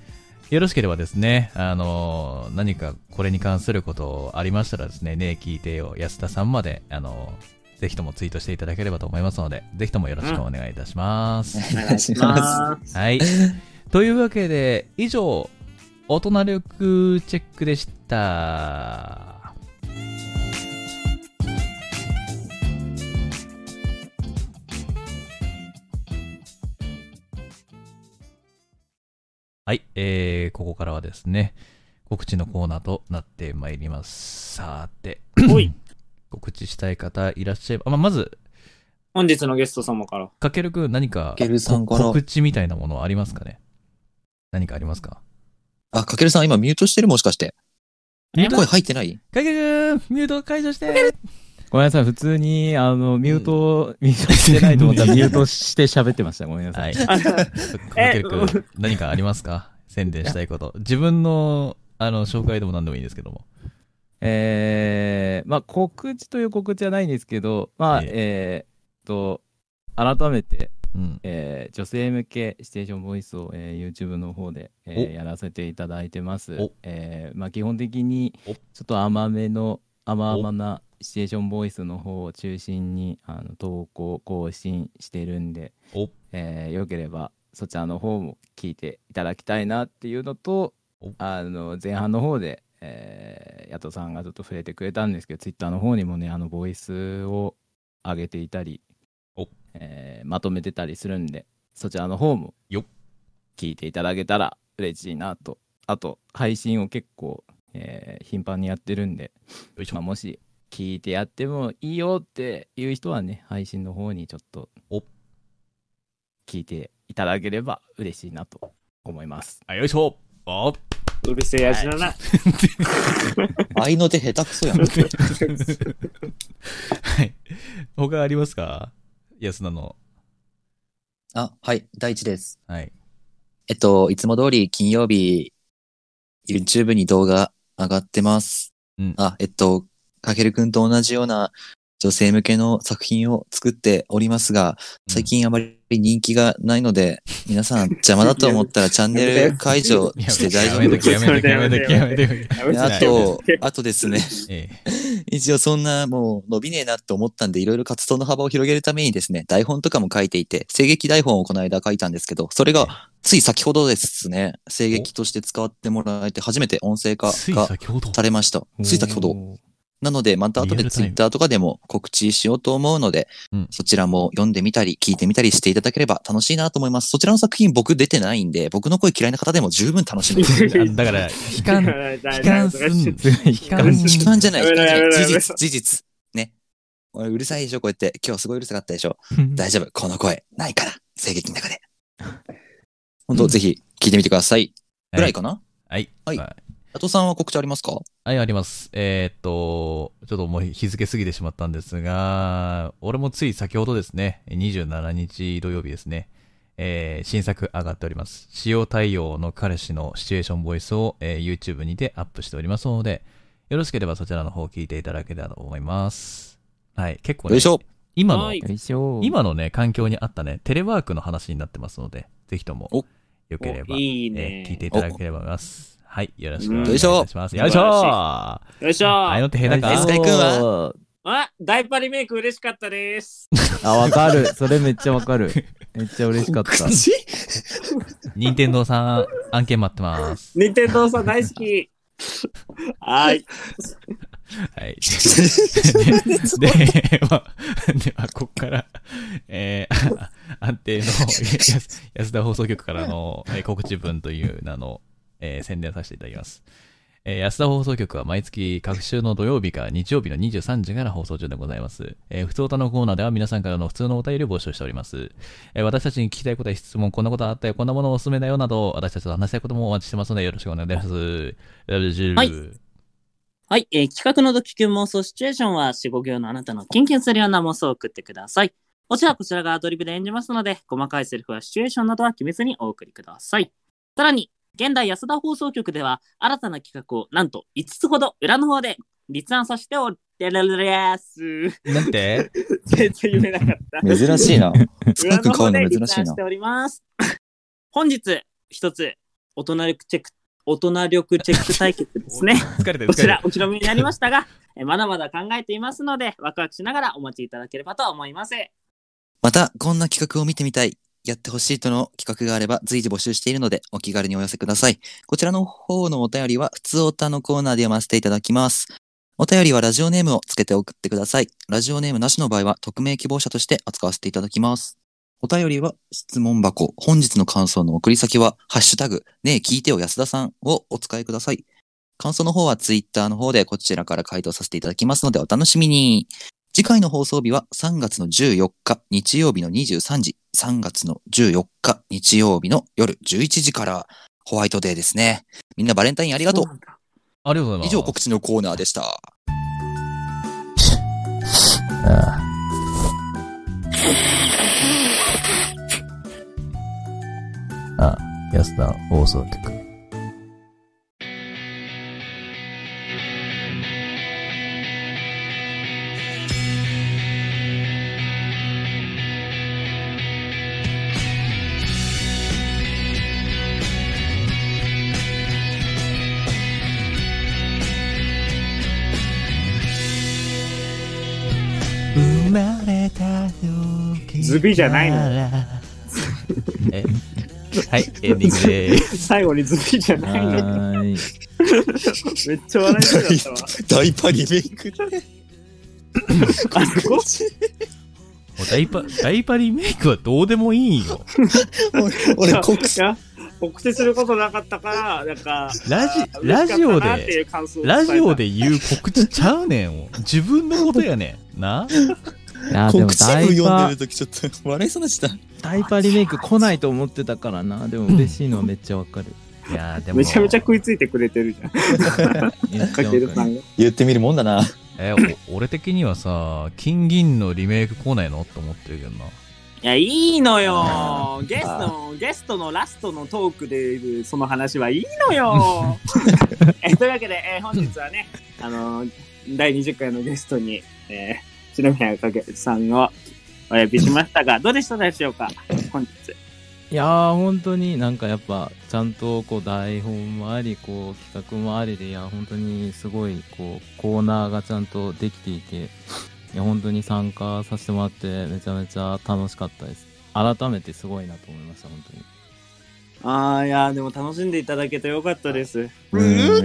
よろしければですね、あの何かこれに関することありましたらですね、ねえ聞いてよ、安田さんまで、あのぜひともツイートしていただければと思いますので、ぜひともよろしくお願いいたします。
お願いします。
はい。というわけで、以上、大人力チェックでした。はい、えー、ここからはですね、告知のコーナーとなってまいります。さて、
おい、
告知したい方いらっしゃいば、あまあまず、
本日のゲスト様 から。
かけるくん何か
かけるさんから
告知みたいなものはありますかね何かありますか
あ、かけるさん今ミュートしてるもしかして。
え
声入ってない
かけるくんミュート解除して
ごめんなさい、普通に、あの、ミュート、ミュートしてないと思ったら、ミュートして喋ってました。ごめんなさい。
はい。
あ
かけるくん何かありますか宣伝したいこと。自分の、あの、紹介でも何でもいいんですけども。
えー、まあ、告知という告知はないんですけど、まあ、
え
えーっと、改めて、
うん。
えー女性向けステーションボイスを、えー YouTube の方で、え
お
ーやらせていただいてます
お。
えーまあ、基本的に
お
ちょっと甘めの甘々なステーションボイスの方を中心にあの投稿更新してるんで、
お
えーよければそちらの方も聞いていただきたいなっていうのと
お
あの前半の方で、えー、ヤトさんがちょっと触れてくれたんですけど Twitter の方にもねあのボイスを上げていたり
お、
えーまとめてたりするんでそちらの方も
よっ
聞いていただけたら嬉しいなとあと配信を結構、えー頻繁にやってるんで
よいし
まあ、
ょ。
もし聞いてやってもいいよっていう人はね配信の方にちょっと
お
聞いていただければ嬉しいなと思います。
あ、よいしょおっ
うるせえやつだな。
愛の手下手くそやん。い
はい。他ありますか安田の。
あ、はい、第一です。
はい。
えっと、いつも通り金曜日、YouTube に動画上がってます。
うん
あ、えっと、かけるくんと同じような
女性向けの作品を作っておりますが、最近あまり人気がないので、皆さん邪魔だと思ったらチャンネル解除して大丈夫です。
やめとけやめとけやめとけやめとけ。
で
やめ
あ
て
と、あとですね、
ええ
一応そんなもう伸びねえなって思ったんで、いろいろ活動の幅を広げるためにですね、台本とかも書いていて、声劇台本をこの間書いたんですけど、それがつい先ほどですね、声劇として使ってもらえて、初めて音声化
つい
が
先ほど。
されました。つい先ほど。
おー
なので、また後
リア
で
ル
ツ
タ
イ
イム
ッターとかでも告知しようと思うので、
うん
そちらも読んでみたり、聞いてみたりしていただければ楽しいなと思います。そちらの作品僕出てないんで、僕の声嫌いな方でも十分楽しめます。
あだから、悲 観、悲観するん悲観
悲観じゃない。
やめろやめ
悲観じゃ
ろ
ない
や
事
めろ
実、事実。ね。おいうるさいでしょ、こうやって。今日すごいうるさかったでしょ。大丈夫。この声、ないから。声劇の 中で。本当、ぜひ、聞いてみてください。ぐらいかな
はい。
はい
まあ
あとさんは告知ありますか
はい、あります。えーっと、ちょっともう日付過ぎてしまったんですが、俺もつい先ほどですね、27日土曜日ですね、えー新作上がっております。塩太陽の彼氏のシチュエーションボイスを、えー YouTube にてアップしておりますので、よろしければそちらの方を聞いていただけたらと思います。はい、結構
よ
ね
いし、ょ。
今の、
はい
よいしょー
今のね、環境に合ったね、テレワークの話になってますので、ぜひとも
お、
よければ、
いい
え
ね
ー。聞いていただければと思います。はい、よろしくお願
うん
いいたします。よいしょ
よいし
ー
よいしょ
あい
ー。
の手下手
よい
エ
し
ス
ょ
か
ー
カイくんは
あ、ダイパリメイク嬉しかったです。
あ、わ かる。それめっちゃわかる。めっちゃ嬉しかった。
任天堂さん、案件待ってます。
任天堂さん大 好き。はい。
はい。で、では、ではここから、えー、あ 安定のやす安田放送局からのえー告知文という名の、えー宣伝させていただきます。えー安田放送局は毎月各週の土曜日か日曜日の23時から放送中でございます。えー、普通歌のコーナーでは皆さんからの普通のお便りを募集しております。えー私たちに聞きたいことや質問、こんなことあったよ、こんなものおすすめだよなど、私たちと話したいこともお待ちしてますので、よろしくお願いします。は
はいはい、えー企画のドキキュン妄想シチュエーションは、四五行のあなたのキンキンするような妄想を送ってください。もちろんこちらがアドリブで演じますので、細かいセリフはシチュエーションなどは決めずにお送りください。さらに、現代安田放送局では、新たな企画をなんと5つほど裏の方で立案させておってれれれーす。
なんて
全然言えなかった。
珍しい な。
スカイくん買うの珍
裏の方
しい
で立案
な
し。ております。本日、一つ、大人力チェック、大人力チェック対決ですね。
疲れてる
こち
疲れ
らお披露目になりましたが、 えまだまだ考えていますので、ワクワクしながらお待ちいただければと思います。
また、こんな企画を見てみたい、やってほしいとの企画があれば随時募集しているので、お気軽にお寄せください。こちらの方のお便りは、普通おたのコーナーで読ませていただきます。お便りはラジオネームをつけて送ってください。ラジオネームなしの場合は、匿名希望者として扱わせていただきます。お便りは、質問箱。本日の感想の送り先は、ハッシュタグ、ねえ聞いてよ安田さんをお使いください。感想の方はツイッターの方でこちらから回答させていただきますので、お楽しみに。次回の放送日は3月の14日日曜日の23時、3月の14日日曜日の夜11時からホワイトデーですね。みんなバレンタインありがとう。
ありがとうございま
以
す。
上告知のコーナー でした。
安田放送局。生まれた時
ズビじゃないの
からえはい、エンディングでーす。
最後にズビじゃないの。
はーい。
めっちゃ笑いそうだったわ。
ダイパリメイクだね。
あそこ
もうダイパ、ダイパリメイクはどうでもいいよ。
俺、告
いや告知することなかったから、なんか、
ラジ
あー嬉しかったなっていう感想を伝えた
ラジオで言う告知ちゃうねんを。自分のことやねん。な
あーでも
知
ダイパ
るときちょっと笑いそうなした。
ダイパリメイク来ないと思ってたからな。でも嬉しいのはめっちゃわかる。
いやーでも。
めちゃめちゃ食いついてくれてるじゃん。
めっちゃ
かける
わ
さ
かる。
んが。
言ってみるもんだな。
え、お俺的にはさ、金銀のリメイク来ないのと思ってるけどな。
いや、いいのよ。ゲストの、ゲストのラストのトークで、その話はいいのよ。えというわけで、えー本日はね、あのー第20回のゲストに、え白宮かけさんをお呼びしましたが、どうでしたでしょうか本日。
いやー本当になんかやっぱちゃんとこう台本もありこう企画もありでいや本当にすごいこうコーナーがちゃんとできていていや本当に参加させてもらってめちゃめちゃ楽しかったです改めてすごいなと思いました本当に
ああ、いやー、でも楽しんでいただけてよかったです。
うん、
こち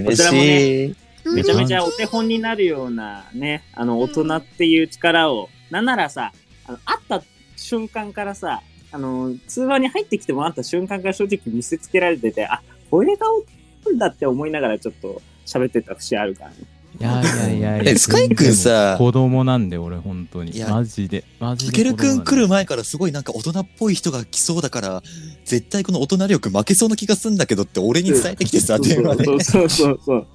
嬉
らもね
しい。
めちゃめちゃお手本になるようなね、あの、大人っていう力を、なんならさ、あの会った瞬間からさ、あの、通話に入ってきてもらった瞬間から正直見せつけられてて、あ、これが大人だって思いながらちょっと喋ってた節あるからね。
いやいやいやいや
えスカイくんさ
子供なんで俺本当
い
に
や
マジでマジ
た
で
けるくん来る前
か
からすごいなんか大人っぽい人が来そうだから、絶対この大人力負けそうな気がすんだけどって俺に伝えてきてさ、電話で。
そうそうそうそう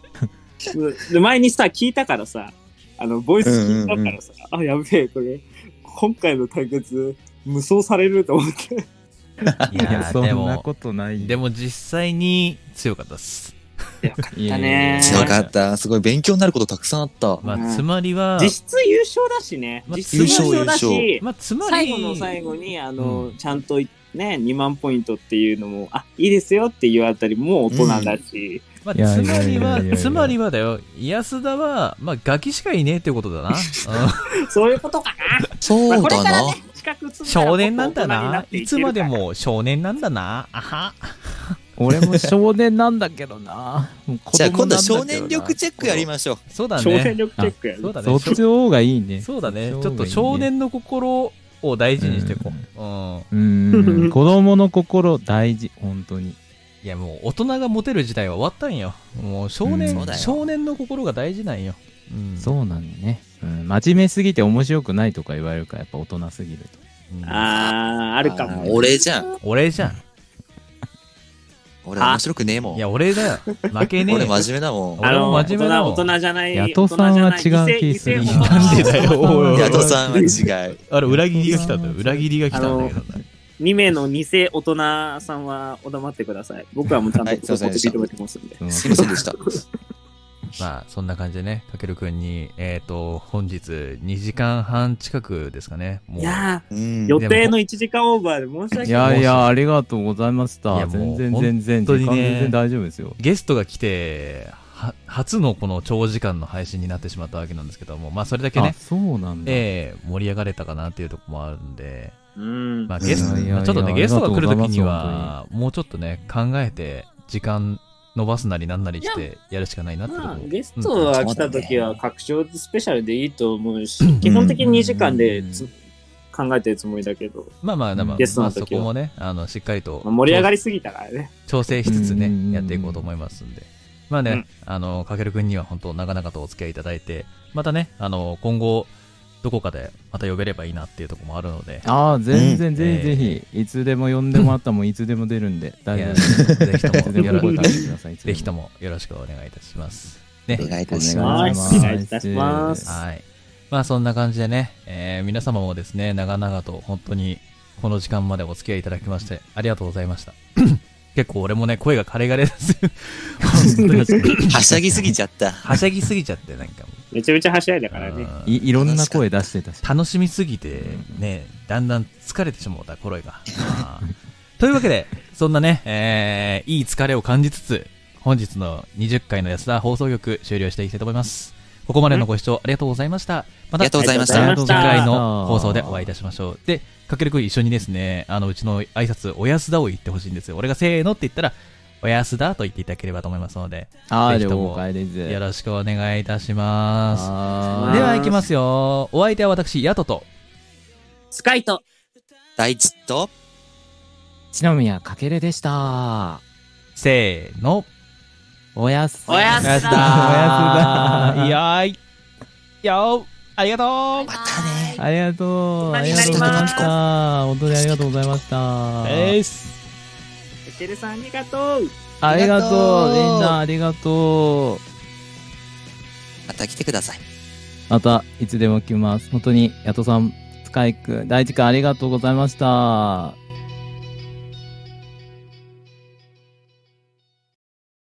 そう。で前にさ、聞いたからさ、あの、ボイス聞いたからさ、あ、やべえ、これ、今回の対決、無双されると思って。
い
い
や
や
そん
で
な
も
ことない
でも実際に強かったっす、
い
だ
やい
ね
やいや
強かった。すごい勉強になることたくさんあった。
ま
うん
あ、つまりは
実質優勝だしね。
まあ
実質優勝だ
優
し、
まあ、つまり
最後の最後に、あの、
うん
ちゃんとね、2万ポイントっていうのも、あ、いいですよっていうあたりも大人だし、
まあ、
いや
つまり
いやいやいやいや
は、つまりはだよ、安田は、まあ、ガキしかいねえってことだな。う
そういうことか
そ
な。
う
これ
だ
から
な
ね。、近く
ん少年なんだ
もっと大人に
な
っ。て
い
け
つ
る
ま
から
でも少年なんだな。あは。
俺も少年なんだけど なもう子供
じゃあ今度は少
なんだけど
年
な
力チェックやりましょう。
そうだ
少年
ね。
力チェックや
そう
ね。
だ
そ
ね
っ。ちの方がいいね
そうだね。
そっ
ち
ち
ょっ
の方
と
がいいね
少年の心を大事にしていこう。うん。
う ーん子供の心大事本当に
いや、もう、大人がモテる時代は終わったんよ。もう、少年、
うんそう
だよ
少年の心が大事なんよ。うん。
そうなんよね、うん、真面目すぎて面白くないとか言われるからやっぱ大人すぎると
うん
あー、あるか
あ
も。
ー俺じゃん。
俺じゃん。
俺面白くねえもん
い。や、俺だよ。負けねえ
俺
よ。
真面目だもん。
俺
あの、
も
大
真面目だも
人、
ん
大人じゃない。
ヤトさんは違う
大人
気
じゃない
がする
異性異性ホモ
なんでだよおいおいおい
ヤトさん は違う。
あれ、裏切りが来たんだよ。裏切りが来たんだけどな。
2名の偽大人さんはお黙ってください。僕はもうちゃんと
はいすいませんでした
ここで認めてますんで。
うん
すいませんでした。
まあ、そんな感じでね、たけるくんに、えっ、と、本日2時間半近くですかね。もう
いや
うん
ー、予定の1時間オーバーで申し訳
い
ない。
やいやありがとうございまし
い
た
やも
全
う
然全然
本当にね
時間全然大丈夫ですよ
ゲストが来て、は初のこの長時間の配信になってしまったわけなんですけども、まあ、それだけ
あ
ね、
そうなんだ、
えー盛り上がれたかなっていうところもあるんで、
うん。
まあ、ゲスト、
いやいやいや
ちょっとね、ゲストが来るときに
あ
は、もうちょっとね、考えて、時間伸ばすなりなんなりして、やるしかないなってとこ
まあ、
ろ。
ゲストが来た時は拡張スペシャルでいいと思うし、基本的に2時間でつ考えてるつもりだけど、
まあまあ、まあ、ま
ゲストの
あ、
時は
そこもね、あの、しっかりと
まあ、。盛り上がりすぎたからね。
調整しつつ
う
ね
ん、
やっていこうと思いますんで。まあね、
うん
あの、かけるくんには本当、長々とお付き合いいただいて、またね、あの、今後、どこかでまた呼べればいいなっていうところもあるので、
ああ全然
え
ぜ
ー
ひぜひ、いつでも呼んでもらったらもういつでも出るんで 大
い
丈
や
夫です
ぜひ
い
と
つ
も
でも
よ
声
ろ
かけてくださいいつで
ぜひともよろしくお願いいたします。ね
お。願いい
お
たします。
願いします
お願いいたします
はい。まあそんな感じでね、えー皆様もですね、長々と本当にこの時間までお付き合いいただきまして、ありがとうございました。 結構俺もね、声が枯れ枯れ です。本当に。
はしゃぎすぎちゃっ た。
はしゃぎすぎちゃって、なんかもう。
めちゃめちゃはしゃいだからね。
うん
いいろんな声出してたし
楽しみすぎて、ね、だんだん疲れてしまうた、頃合が。あーというわけで、そんなね、えーいい疲れを感じつつ、本日の20回の安田放送局終了していきたいと思います。ここまでのご視聴ありがとうございました。ま
あ
た
りがとうございまし
あり
た
が。とうございました
次回の放送でお会いいたしましょう。で、かけるくん一緒にですね、あの、うちの挨拶、お安田を言ってほしいんですよ。俺がせーのって言ったら、お安田と言っていただければと思いますので、
ああ
ぜひとも
了解です
よろしくお願いいたします。
あー
では行きますよ。お相手は私、ヤトと。
スカイと、
大地と、
篠宮かけるでした。
せーの。
おやす
おやすだ
おやすだ
いやーい。よー、ありがとう。
またね。
ありがとう。ありがとうございました。本当にありがとうございました。
す。
エケルさんありがとう。
ありがとう。みんなありがと
また来てください。
う。また、いつでも来ます。本当に、やとさん、スカイくん、大地くんありがとうございました。